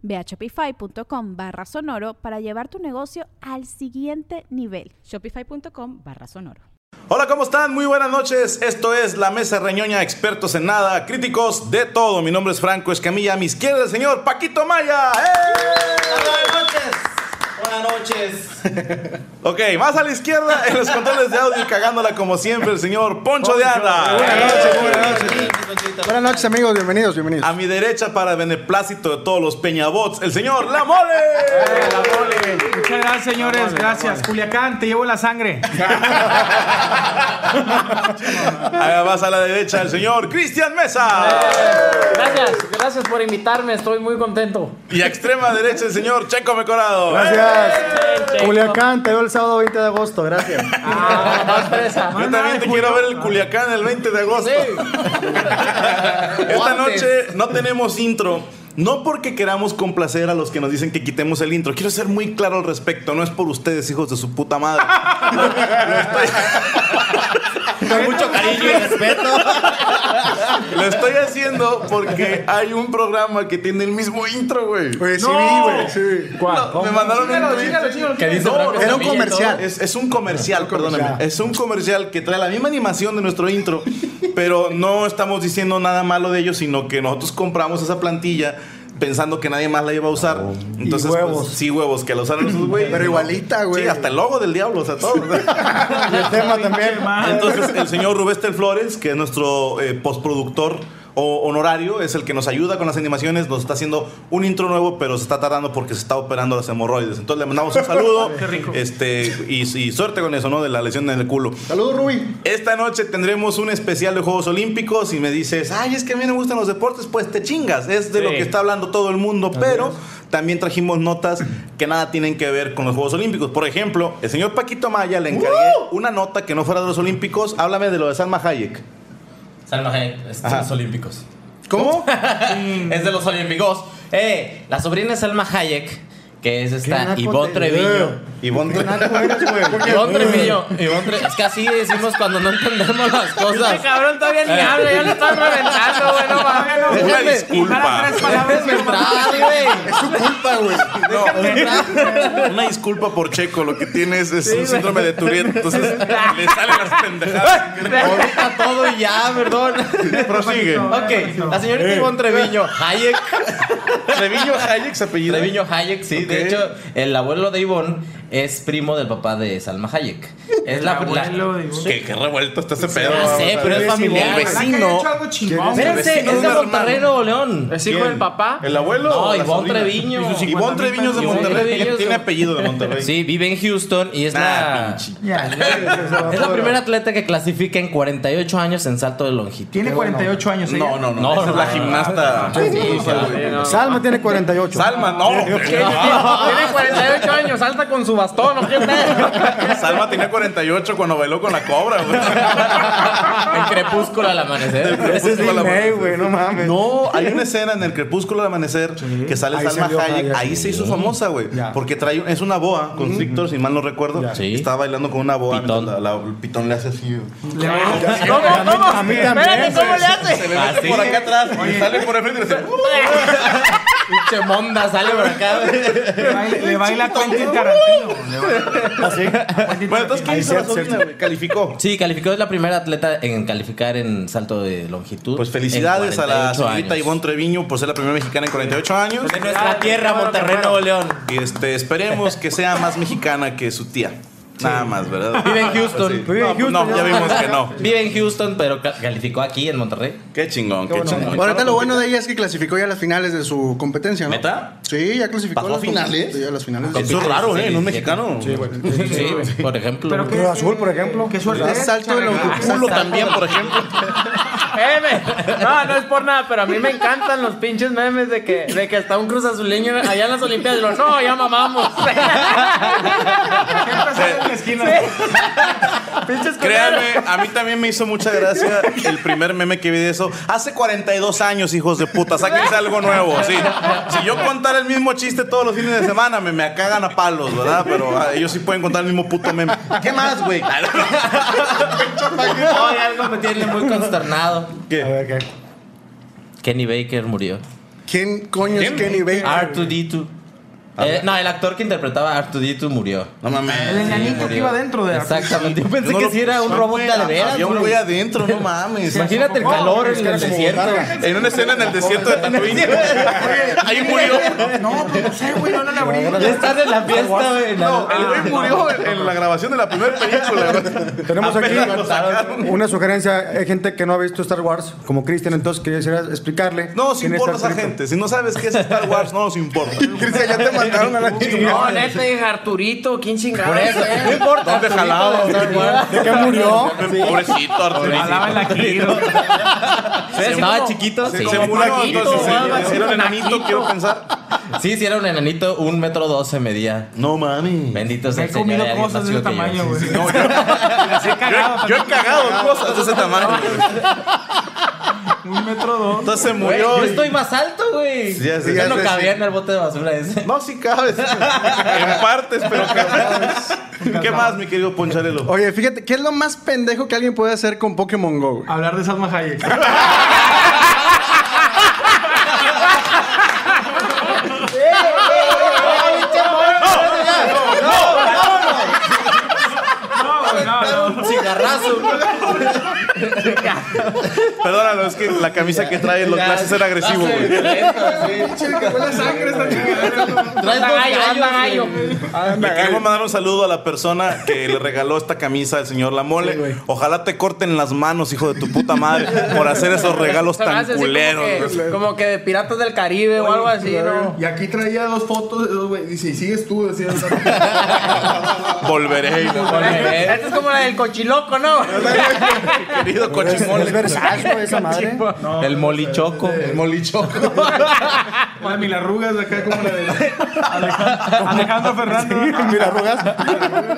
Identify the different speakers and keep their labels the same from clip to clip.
Speaker 1: Ve a shopify.com barra sonoro para llevar tu negocio al siguiente nivel.
Speaker 2: Shopify.com barra sonoro.
Speaker 3: Hola, ¿cómo están? Muy buenas noches. Esto es La Mesa Reñoña, expertos en nada, críticos de todo. Mi nombre es Franco Escamilla, a mi izquierda el señor Paquito Maya. ¡Eh!
Speaker 4: Buenas noches. Buenas noches.
Speaker 3: Ok, más a la izquierda en los controles de audio y cagándola como siempre el señor Poncho de Anda.
Speaker 5: Buenas noches,
Speaker 3: ¡Eh!
Speaker 5: buenas noches. Buenas noches, amigos. Bienvenidos, bienvenidos.
Speaker 3: A mi derecha para beneplácito de todos los peñabots, el señor La Mole.
Speaker 5: Eh.
Speaker 6: Muchas gracias, señores. gracias. Culiacán, te llevo en la sangre.
Speaker 3: Allá más a la derecha el señor Cristian
Speaker 5: Eh.
Speaker 3: Mesa.
Speaker 4: Gracias, gracias por invitarme, estoy muy contento.
Speaker 3: Y a extrema derecha el señor Checo Mecorado.
Speaker 7: eh,
Speaker 5: Gracias. Culiacán, te veo el sábado 20 de agosto. Gracias.
Speaker 4: Ah, más fresa.
Speaker 3: Yo también te quiero ver el Culiacán el 20 de agosto. Esta noche no tenemos intro. No porque queramos complacer a los que nos dicen que quitemos el intro. Quiero ser muy claro al respecto. No es por ustedes, hijos de su puta madre. Lo- lo estoy- Lo estoy haciendo porque hay un programa que tiene el mismo intro, güey.
Speaker 5: Güey, Pues sí,
Speaker 6: No.
Speaker 5: vi, güey. Sí.
Speaker 3: No, me mandaron un
Speaker 6: Chíngalo,
Speaker 3: tweet.
Speaker 6: chíngalo, chíngalo.
Speaker 4: ¿Qué dice
Speaker 3: No,
Speaker 4: Franco
Speaker 5: era un
Speaker 4: Escamilla y
Speaker 5: comercial.
Speaker 4: todo?
Speaker 3: Es, es un comercial,
Speaker 5: comercial.
Speaker 3: perdóname. Es un comercial que trae la misma animación de nuestro intro, pero no estamos diciendo nada malo de ellos, sino que nosotros compramos esa plantilla pensando que nadie más la iba a usar. Entonces, pues,
Speaker 5: huevos.
Speaker 3: sí, huevos, que la usaron esos güeyes.
Speaker 5: Pero igualita, güey.
Speaker 3: Sí, hasta el logo del diablo, o sea, todo.
Speaker 5: Y el tema también.
Speaker 3: Entonces, el señor Rubester Flores, que es nuestro eh, postproductor o- honorario, es el que nos ayuda con las animaciones, nos está haciendo un intro nuevo, pero se está tardando porque se está operando las hemorroides. Entonces, le mandamos un saludo.
Speaker 6: Qué rico.
Speaker 3: Este, y, y suerte con eso, ¿no? De la lesión en el culo.
Speaker 5: Saludos, Rubí.
Speaker 3: Esta noche tendremos un especial de Juegos Olímpicos y me dices, ay, es que a mí no me gustan los deportes, pues te chingas, es de
Speaker 6: Sí.
Speaker 3: lo que está hablando todo el mundo, pero también trajimos notas que nada tienen que ver con los Juegos Olímpicos. Por ejemplo, el señor Paquito Maya le encargué una nota que no fuera de los Olímpicos, háblame de lo de Salma Hayek.
Speaker 4: Salma Hayek, es de
Speaker 3: Ajá.
Speaker 4: los olímpicos.
Speaker 3: ¿Cómo?
Speaker 4: Es de los olímpicos. Eh, la sobrina es Salma Hayek, que es
Speaker 5: Qué
Speaker 4: esta
Speaker 5: naco
Speaker 4: Ivonne
Speaker 5: te-
Speaker 4: Treviño.
Speaker 3: y Bon-
Speaker 4: Ivonne Treviño, Ivonne Tre- es que así decimos cuando no entendemos las
Speaker 6: Este
Speaker 4: cosas.
Speaker 6: cabrón todavía ni
Speaker 4: Eh.
Speaker 6: habla, ya lo están reventando, güey. No mames, no.
Speaker 3: Una
Speaker 6: Déjame
Speaker 3: disculpa.
Speaker 6: quitar las tres palabras, mi hermano.
Speaker 4: Ay, güey.
Speaker 5: Es su culpa, güey.
Speaker 3: No, una disculpa por Checo, lo que tienes es un síndrome de Tourette, entonces le salen las pendejadas.
Speaker 4: Ahorita todo y ya, perdón.
Speaker 3: Prosigue.
Speaker 4: Ok, la
Speaker 5: Eh.
Speaker 4: señorita Ivonne Treviño Hayek.
Speaker 3: Treviño Hayek se apellida.
Speaker 4: Treviño Hayek, sí. De
Speaker 3: Ok.
Speaker 4: hecho, el abuelo de Ivonne es primo del papá de Salma Hayek. Es la, la-
Speaker 6: abuelo de Ivonne.
Speaker 3: Qué, qué revuelto está ese pedo.
Speaker 4: Ya sé, pero es
Speaker 3: El
Speaker 4: familiar.
Speaker 6: Ojalá que haya hecho algo chingón,
Speaker 5: ¿Quién
Speaker 6: güey.
Speaker 4: Espérense,
Speaker 3: vecino
Speaker 4: es
Speaker 3: de
Speaker 4: de
Speaker 3: un
Speaker 4: Monterrey,
Speaker 3: hermano.
Speaker 4: Nuevo León.
Speaker 6: ¿Es hijo
Speaker 3: ¿Quién?
Speaker 6: del papá?
Speaker 3: ¿El abuelo?
Speaker 4: No,
Speaker 3: o la
Speaker 4: Ivonn
Speaker 3: sobrina?
Speaker 4: Treviño.
Speaker 6: Y sus cincuenta
Speaker 3: Ivonne
Speaker 6: mil
Speaker 3: Treviño es de
Speaker 6: pesos.
Speaker 3: Monterrey.
Speaker 4: Ivonne Treviño es
Speaker 3: Tiene
Speaker 4: de-
Speaker 3: apellido de Monterrey.
Speaker 4: Sí, vive en Houston y es
Speaker 3: Nah,
Speaker 4: la. Es la primera atleta que clasifica en 48 años en salto de longitud.
Speaker 6: Tiene 48 años. ¿eh? ella.
Speaker 3: No, no, no.
Speaker 4: No,
Speaker 3: esa es la
Speaker 4: no,
Speaker 3: gimnasta.
Speaker 5: Salma tiene 48.
Speaker 3: Salma, no. hombre,
Speaker 6: Tiene 48 años, salta con su bastón, ¿o qué pedo?
Speaker 3: no. Salma tenía 48 cuando bailó con la cobra, güey.
Speaker 4: En crepúsculo al amanecer.
Speaker 5: Ese es
Speaker 3: Salma.
Speaker 5: Disney, güey. No mames.
Speaker 3: No, hay una escena en el crepúsculo al amanecer que sale
Speaker 5: Ahí
Speaker 3: Salma
Speaker 5: salió
Speaker 3: Hayek.
Speaker 5: Hayek.
Speaker 3: Ahí se hizo famosa, güey.
Speaker 5: Ya.
Speaker 3: Porque trae, es una boa constrictor, si mal no recuerdo.
Speaker 5: Ya.
Speaker 4: Sí.
Speaker 3: Estaba bailando con una boa.
Speaker 4: Pitón.
Speaker 3: mientras La, la- el pitón le hace así. güey.
Speaker 6: Le va a-
Speaker 5: A mí- A mí también. pues.
Speaker 4: ¿Cómo le
Speaker 3: Se
Speaker 4: hace?
Speaker 3: le mete por acá atrás y sale por el frente y "Uh, le hace.
Speaker 4: Pinche monda, sale por acá.
Speaker 6: Le baila- Le baila Quentin Tarantino. Le baila- Quentin
Speaker 3: Bueno, entonces, ¿qué
Speaker 5: Ahí
Speaker 3: hizo
Speaker 5: se-
Speaker 3: la sobrina, güey? Calificó.
Speaker 4: Sí, calificó es la primera atleta en calificar en salto de longitud.
Speaker 3: Pues felicidades
Speaker 4: en
Speaker 3: a la
Speaker 4: 48
Speaker 3: señorita
Speaker 4: años.
Speaker 3: Ivonne Treviño por ser la primera mexicana en 48 años.
Speaker 4: De nuestra tierra, Monterrey, Nuevo León.
Speaker 3: Y este, esperemos que sea más mexicana que su tía. Nada más, ¿verdad?
Speaker 4: Vive en Houston.
Speaker 3: Pues sí.
Speaker 5: Vive en
Speaker 3: No, pues No,
Speaker 5: Houston, ya.
Speaker 3: ya vimos que no.
Speaker 4: Vive en Houston, pero ca- calificó aquí en Monterrey.
Speaker 3: Qué chingón, qué,
Speaker 5: Qué bueno.
Speaker 3: chingón.
Speaker 8: Bueno, ahorita lo bueno de ella es que clasificó ya a las finales de su competencia, ¿no?
Speaker 3: ¿Neta?
Speaker 8: Sí, ya clasificó.
Speaker 3: ¿Pasó a
Speaker 8: las-
Speaker 3: finales?
Speaker 8: Sí, a las finales.
Speaker 3: Eso es raro, ¿eh? En un mexicano.
Speaker 4: Sí, por ejemplo.
Speaker 6: Pero
Speaker 5: Cruz Azul, por ejemplo.
Speaker 6: Qué suerte.
Speaker 8: Es salto de la-
Speaker 6: chaval.
Speaker 3: Culo también, por ejemplo.
Speaker 7: Eh, me- No, no es por nada, pero a mí me encantan los pinches memes de que, de que hasta un cruz azuleño allá en las Olimpiadas y lo, no, ya mamamos.
Speaker 6: en la esquina.
Speaker 7: pinches culeros.
Speaker 3: Créanme, a mí también me hizo mucha gracia el primer meme que vi de eso. Hace 42 años, hijos de puta, sáquense algo nuevo. Sí. Si yo contara el mismo chiste todos los fines de semana, me, me cagan a palos, ¿verdad? Pero ah, ellos sí pueden contar el mismo puto meme. ¿Qué más, güey?
Speaker 4: Hoy algo me tiene muy consternado.
Speaker 5: A ver, ¿qué?
Speaker 4: Kenny Baker murió.
Speaker 8: ¿Quién coño es Kenny Baker?
Speaker 4: R2D2. Eh, no, el actor que interpretaba a R2D2 murió.
Speaker 3: No mames.
Speaker 6: El enanito que
Speaker 4: murió.
Speaker 6: iba dentro de
Speaker 4: Exactamente. Yo pensé
Speaker 3: Yo no
Speaker 4: que
Speaker 3: lo-
Speaker 4: sí era un
Speaker 3: Ah,
Speaker 4: robot de
Speaker 3: güey,
Speaker 4: veras.
Speaker 3: Había un
Speaker 4: güey.
Speaker 3: güey adentro, no mames.
Speaker 4: Imagínate el calor en el desierto.
Speaker 3: En una escena en el desierto de Tatooine. Ahí murió.
Speaker 6: No, pues no sé, güey, no, no le abrí.
Speaker 4: Ya estás en la fiesta, güey. en la- Ah,
Speaker 3: No, el güey murió en, en la grabación de la primera película. güey.
Speaker 5: Tenemos aquí
Speaker 3: Apenas lo sacaron.
Speaker 5: una sugerencia. Hay gente que no ha visto Star Wars, como Cristian, entonces quisiera explicarle.
Speaker 3: No nos
Speaker 5: quién es
Speaker 3: importa
Speaker 5: Star
Speaker 3: esa
Speaker 5: Trek.
Speaker 3: gente. Si no sabes qué es Star Wars, no nos importa.
Speaker 8: Cristian, ya te mandaron a la chingada.
Speaker 7: No, neta, dije Arturito, ¿quién chingado?
Speaker 4: Por eso, no importa.
Speaker 3: ¿Dónde jalaba?
Speaker 5: ¿De qué murió?
Speaker 3: Pobrecito Artemisa.
Speaker 6: Alaba el Aquilino.
Speaker 4: Estaba chiquito. Sí.
Speaker 3: Se murió, entonces
Speaker 7: Naquito,
Speaker 3: sí,
Speaker 7: ¿verdad?
Speaker 3: era un enanito, quiero pensar.
Speaker 4: Sí, sí, era un enanito, un metro doce medía.
Speaker 3: No mami.
Speaker 4: Bendito sea
Speaker 6: He
Speaker 4: el señor.
Speaker 6: comido
Speaker 4: hay alguien
Speaker 6: cosas
Speaker 4: más
Speaker 6: de ese
Speaker 4: chico que yo.
Speaker 6: tamaño, güey. No, he
Speaker 3: Yo,
Speaker 6: cagado.
Speaker 3: yo he cagado cosas de ese tamaño.
Speaker 6: Un metro dos.
Speaker 3: Entonces se
Speaker 4: Güey,
Speaker 3: murió.
Speaker 4: yo
Speaker 3: y-
Speaker 4: estoy más alto, güey.
Speaker 3: Sí, ya sé,
Speaker 4: Yo
Speaker 3: ya
Speaker 4: no
Speaker 3: sé,
Speaker 4: cabía
Speaker 3: sí.
Speaker 4: en el bote de basura ese.
Speaker 3: No, sí cabes. En partes, pero cabes. ¿Qué más, mi querido
Speaker 5: Oh,
Speaker 3: Poncharelo?
Speaker 8: Oye, fíjate, ¿qué es lo más pendejo que alguien puede hacer con Pokémon Go? güey?
Speaker 6: Hablar de Salma Hayek. No, güey, no, no.
Speaker 4: Cigarrazo.
Speaker 3: Perdónalo, es que la camisa que trae los clases era agresivo,
Speaker 4: Hace
Speaker 3: güey.
Speaker 4: violento, sí. Traes dos
Speaker 7: gallo,
Speaker 4: gallos,
Speaker 7: anda gallo.
Speaker 4: güey.
Speaker 3: Le queremos mandar un saludo a la persona que le regaló esta camisa al señor Lamole. Ojalá te corten las manos, hijo de tu puta madre, por hacer esos regalos
Speaker 7: Se me
Speaker 3: tan
Speaker 7: hace así como que-
Speaker 3: culeros.
Speaker 7: Como que, de Piratas del Caribe o algo así, ¿no?
Speaker 9: Y aquí traía dos fotos, eh, güey. Dice, y sigues tú, decía.
Speaker 3: Volveré,
Speaker 4: Porque, eh,
Speaker 7: Esta es como la del cochiloco, ¿no?
Speaker 3: querido
Speaker 5: Es, es
Speaker 3: Cochimole.
Speaker 5: Versace, güey, esa madre.
Speaker 3: pues.
Speaker 4: El molichoco. El molichoco.
Speaker 6: Oye, mil arrugas de acá como la de Alejandro, Alejandro Fernández.
Speaker 5: Mira, arrugas.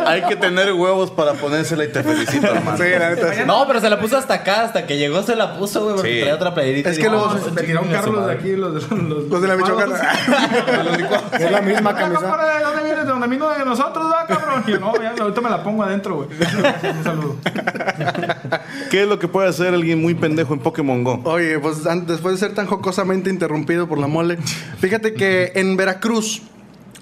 Speaker 3: Hay que tener huevos para ponérsela y te felicito, hermano.
Speaker 8: Sí, la neta.
Speaker 4: No, pero se la puso hasta acá, hasta que llegó se la puso, güey, porque
Speaker 3: Sí.
Speaker 4: traía otra playerita.
Speaker 8: Es
Speaker 4: y
Speaker 8: que
Speaker 4: dijo,
Speaker 8: luego
Speaker 4: "Ah,
Speaker 8: se
Speaker 9: Te tiraron
Speaker 4: chingue su
Speaker 9: Carlos de
Speaker 4: madre".
Speaker 9: aquí, los de los,
Speaker 8: Los de la Michoacana.
Speaker 3: pues
Speaker 5: Es la misma camisa.
Speaker 6: ¿De dónde vienes? ¿De dónde vino de nosotros, va, cabrón? Y yo, no, ya, ahorita me la pongo adentro, güey. Un saludo.
Speaker 3: ¿Qué es lo que puede hacer alguien muy pendejo en Pokémon Go?
Speaker 8: Oye, pues an- después de ser tan jocosamente interrumpido por la mole, fíjate que en Veracruz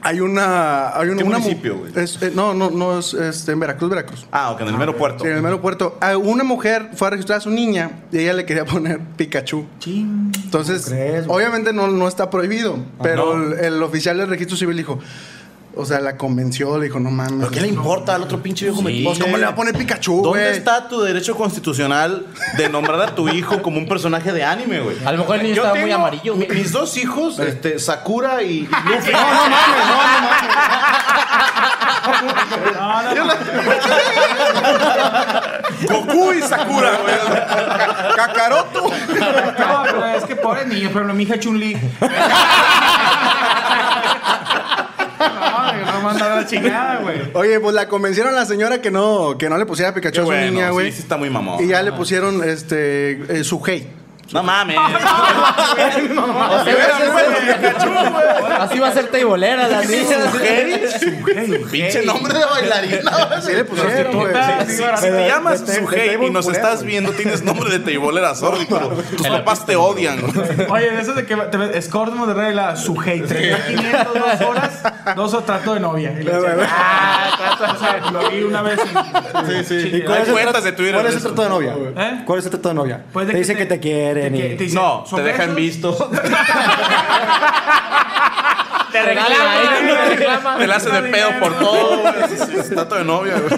Speaker 8: hay una. Hay una,
Speaker 3: ¿Qué
Speaker 8: una mu-
Speaker 3: municipio, güey?
Speaker 8: es- eh, no, no, no, es este, en Veracruz, Veracruz.
Speaker 3: Ah, ok, en el mero puerto.
Speaker 8: Sí, en el mero puerto. Ah, Una mujer fue a registrar a su niña y ella le quería poner Pikachu. Entonces,
Speaker 5: ¿Cómo crees, güey?
Speaker 8: obviamente no, no está prohibido, pero
Speaker 3: no.
Speaker 8: el, el oficial del registro civil dijo. O sea, la convenció, le dijo, no mames.
Speaker 3: ¿Pero qué le importa al otro pinche viejo metiche?
Speaker 8: Pues, ¿cómo le va a poner Pikachu,
Speaker 3: ¿Dónde
Speaker 8: güey?
Speaker 3: está tu derecho constitucional de nombrar a tu hijo como un personaje de anime, güey?
Speaker 4: A lo mejor el niño
Speaker 3: Yo
Speaker 4: estaba muy
Speaker 3: tengo
Speaker 4: amarillo,
Speaker 3: mi-
Speaker 4: güey.
Speaker 3: Mis dos hijos, este, Sakura y, y Luffy.
Speaker 6: No, no, no.
Speaker 3: Goku y Sakura, güey. Kakaroto.
Speaker 6: No, pero es que pobre niño, pero mi hija Chun-Li. no, güey, no mandaba la chingada, güey.
Speaker 8: Oye, pues la convencieron a la señora que no, que no le pusiera Pikachu a su
Speaker 3: bueno,
Speaker 8: niña,
Speaker 3: sí,
Speaker 8: güey.
Speaker 3: sí está muy mamón.
Speaker 8: Y ya le pusieron este eh, su hey.
Speaker 3: No mames.
Speaker 4: Así va a ser- Así va a ser teibolera la niña.
Speaker 3: Pinche nombre de bailarina. güey.
Speaker 8: Sí le pusieron, güey.
Speaker 6: Prostituta.
Speaker 8: Sí.
Speaker 3: Si te llamas
Speaker 5: de- de-
Speaker 3: Sugei
Speaker 5: de-
Speaker 3: y nos
Speaker 5: culero,
Speaker 3: estás
Speaker 5: güey.
Speaker 3: viendo, tienes nombre de teibolera sorry, pero tus papás te odian. güey.
Speaker 6: Oye, de eso de que te ves, Score de Monterrey, la sujei, 500, dos horas, dos o trato de novia. Y le decía, ah, trato, o sea, lo vi una vez. Sí, sí.
Speaker 5: ¿Y cuál es
Speaker 3: Hay
Speaker 5: el
Speaker 3: cuentas
Speaker 5: trato-
Speaker 3: de Twitter
Speaker 5: ¿Cuál
Speaker 3: de
Speaker 5: es el
Speaker 3: eso.
Speaker 5: trato de novia?
Speaker 6: ¿Eh?
Speaker 5: ¿Cuál es el trato de novia?
Speaker 6: Pues de
Speaker 5: te
Speaker 6: que
Speaker 5: dicen que te quieren
Speaker 6: de
Speaker 5: y...
Speaker 6: que- te dicen,
Speaker 3: No, te
Speaker 6: "Son
Speaker 3: dejan
Speaker 6: besos".
Speaker 3: visto.
Speaker 7: Te
Speaker 4: reclama,
Speaker 7: reclama, te reclama.
Speaker 3: Te la hace de pedo por todo, güey. Es- es- es Trato de novia, güey.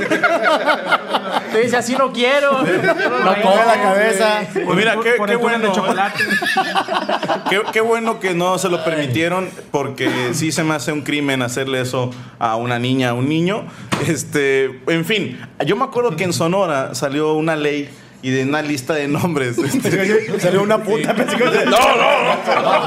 Speaker 7: Te dice, así no quiero.
Speaker 4: No coge la cabeza.
Speaker 3: Pues mira, qué,
Speaker 6: Por
Speaker 3: qué
Speaker 6: el túnel
Speaker 3: bueno.
Speaker 6: de chocolate.
Speaker 3: Qué, qué bueno que no se lo permitieron, porque sí se me hace un crimen hacerle eso a una niña, a un niño. Este, en fin, yo me acuerdo que en Sonora salió una ley y de una lista de nombres. este,
Speaker 5: Salió una puta. pensé que-
Speaker 3: no,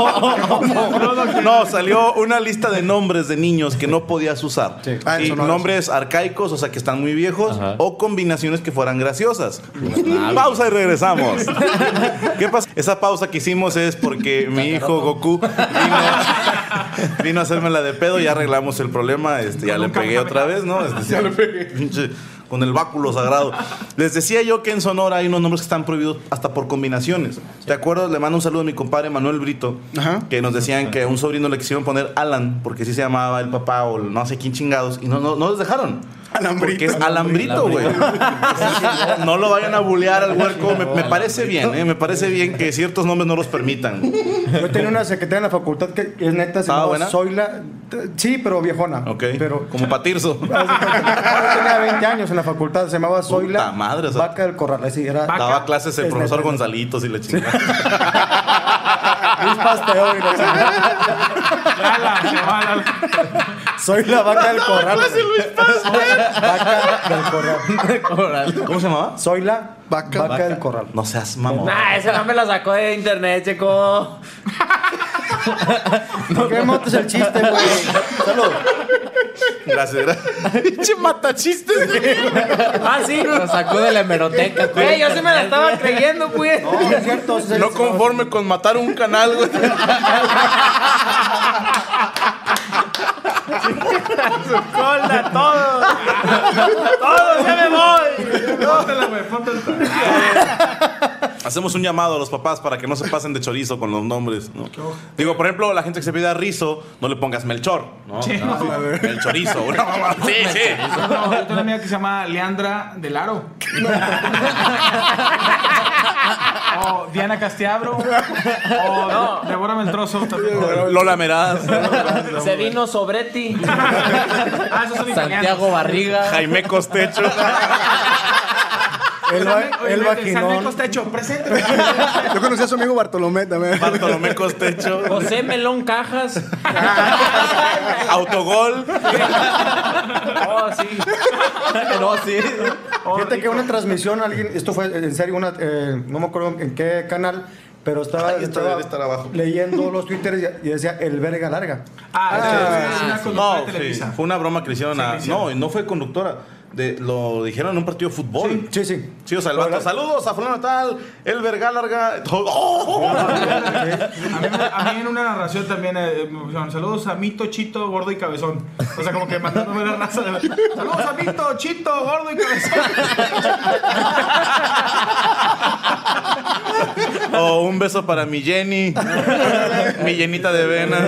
Speaker 3: no, no. No, salió una lista de nombres de niños que no podías usar.
Speaker 5: Ah,
Speaker 3: Y
Speaker 5: eso no
Speaker 3: nombres arcaicos, o sea, que están muy viejos,
Speaker 4: Ajá.
Speaker 3: o combinaciones que fueran graciosas. pausa y regresamos. ¿Qué pasa? Esa pausa que hicimos es porque mi hijo Goku vino, vino a hacerme la de pedo, ya arreglamos el problema, este, ya le pegué otra vez, ¿no? Este, ya le pegué. Con el báculo sagrado. Les decía yo que en Sonora hay unos nombres que están prohibidos hasta por combinaciones. ¿Te acuerdas? Le mando un saludo a mi compadre Manuel Brito,
Speaker 8: Ajá.
Speaker 3: que nos decían que a un sobrino le quisieron poner Alan, porque así se llamaba el papá o el no sé quién chingados, y no, no, no les dejaron.
Speaker 8: Alambrito.
Speaker 3: Porque es alambrito, güey. No lo vayan a bulear al huerco. Me, me parece bien, ¿eh? Me parece bien que ciertos nombres no los permitan.
Speaker 5: Yo tenía una secretaria en la facultad que es neta, se
Speaker 3: ¿Estaba
Speaker 5: llamaba
Speaker 3: buena?
Speaker 5: Zoila. T- Sí, pero viejona.
Speaker 3: ¿Ok?
Speaker 5: Pero
Speaker 3: Como patirso.
Speaker 5: yo tenía 20 años en la facultad, se llamaba Zoila.
Speaker 3: Puta madre, o sea-
Speaker 5: Vaca del Corral. Así era.
Speaker 3: Daba clases el
Speaker 5: Es
Speaker 3: profesor
Speaker 5: neta.
Speaker 3: Gonzalito y la chingada.
Speaker 5: Luis Pasteur y la chingada.
Speaker 6: Lala, chaval.
Speaker 5: Soy la vaca del corral. Vaca del corral.
Speaker 3: ¿Cómo se llamaba?
Speaker 5: Soy la
Speaker 8: Vaca.
Speaker 5: vaca, del corral.
Speaker 3: No seas mamón.
Speaker 7: Nah, ese nombre la sacó de internet, checo.
Speaker 5: ¿Por qué me montes el chiste, güey? Salud.
Speaker 3: Gracias, gracias. Pinche matachistes,
Speaker 7: Ah, sí.
Speaker 4: Lo sacó de la hemeroteca,
Speaker 7: Güey,
Speaker 4: güey.
Speaker 7: yo sí me la estaba creyendo, pues.
Speaker 5: No, es cierto. sí, sí,
Speaker 3: No
Speaker 5: sí,
Speaker 3: conforme con matar un canal, güey.
Speaker 7: Hola, todos. Todos, ya me voy.
Speaker 6: Póntela, güey, póntela.
Speaker 3: Hacemos un llamado a los papás para que no se pasen de chorizo con los nombres, ¿no? Digo, por ejemplo, la gente que se pida rizo, no le pongas Melchor, ¿no? Melchorizo, una mamá. Sí, sí.
Speaker 6: No, yo tengo una amiga que se llama Leandra del Aro. o Diana Castiabro. O
Speaker 7: No.
Speaker 6: Devórame el trozo. también.
Speaker 3: Lola Meraz,
Speaker 7: Se vino sobre ti.
Speaker 6: Ah, esos son
Speaker 4: Santiago
Speaker 6: italianos.
Speaker 4: Barriga.
Speaker 3: Jaime Costecho.
Speaker 5: El, va-
Speaker 6: Oye,
Speaker 5: el
Speaker 6: Miguel, San
Speaker 5: vaginón.
Speaker 6: Nicolás Techo,
Speaker 3: Ah,
Speaker 6: preséntame.
Speaker 8: Yo conocí a su amigo Bartolomé también.
Speaker 3: Bartolomé Costecho.
Speaker 7: José Melón Cajas.
Speaker 3: Autogol.
Speaker 7: Oh, sí.
Speaker 4: No, sí.
Speaker 5: Fíjate que una transmisión, alguien, esto fue en serio, una, eh, no me acuerdo en qué canal, pero estaba,
Speaker 3: Ay, esto
Speaker 5: estaba
Speaker 3: debe estar abajo.
Speaker 5: leyendo los twitters y, y decía el verga larga.
Speaker 6: Ah, es una conductora
Speaker 3: No,
Speaker 6: de
Speaker 3: sí,
Speaker 6: Televisa.
Speaker 3: fue una broma que le hicieron a. No, y no fue conductora. De, lo dijeron en un partido de fútbol.
Speaker 5: Sí, sí.
Speaker 3: Sí, o sea, el vato, saludos a fulano tal, el verga larga.
Speaker 6: A mí, a mí en una narración también eh, me pusieron, saludos a Mito, Chito, Gordo y Cabezón. O sea, como que mandándome la raza de Saludos a Mito, Chito, Gordo y Cabezón.
Speaker 3: O un beso para mi Jenny. mi llenita de venas.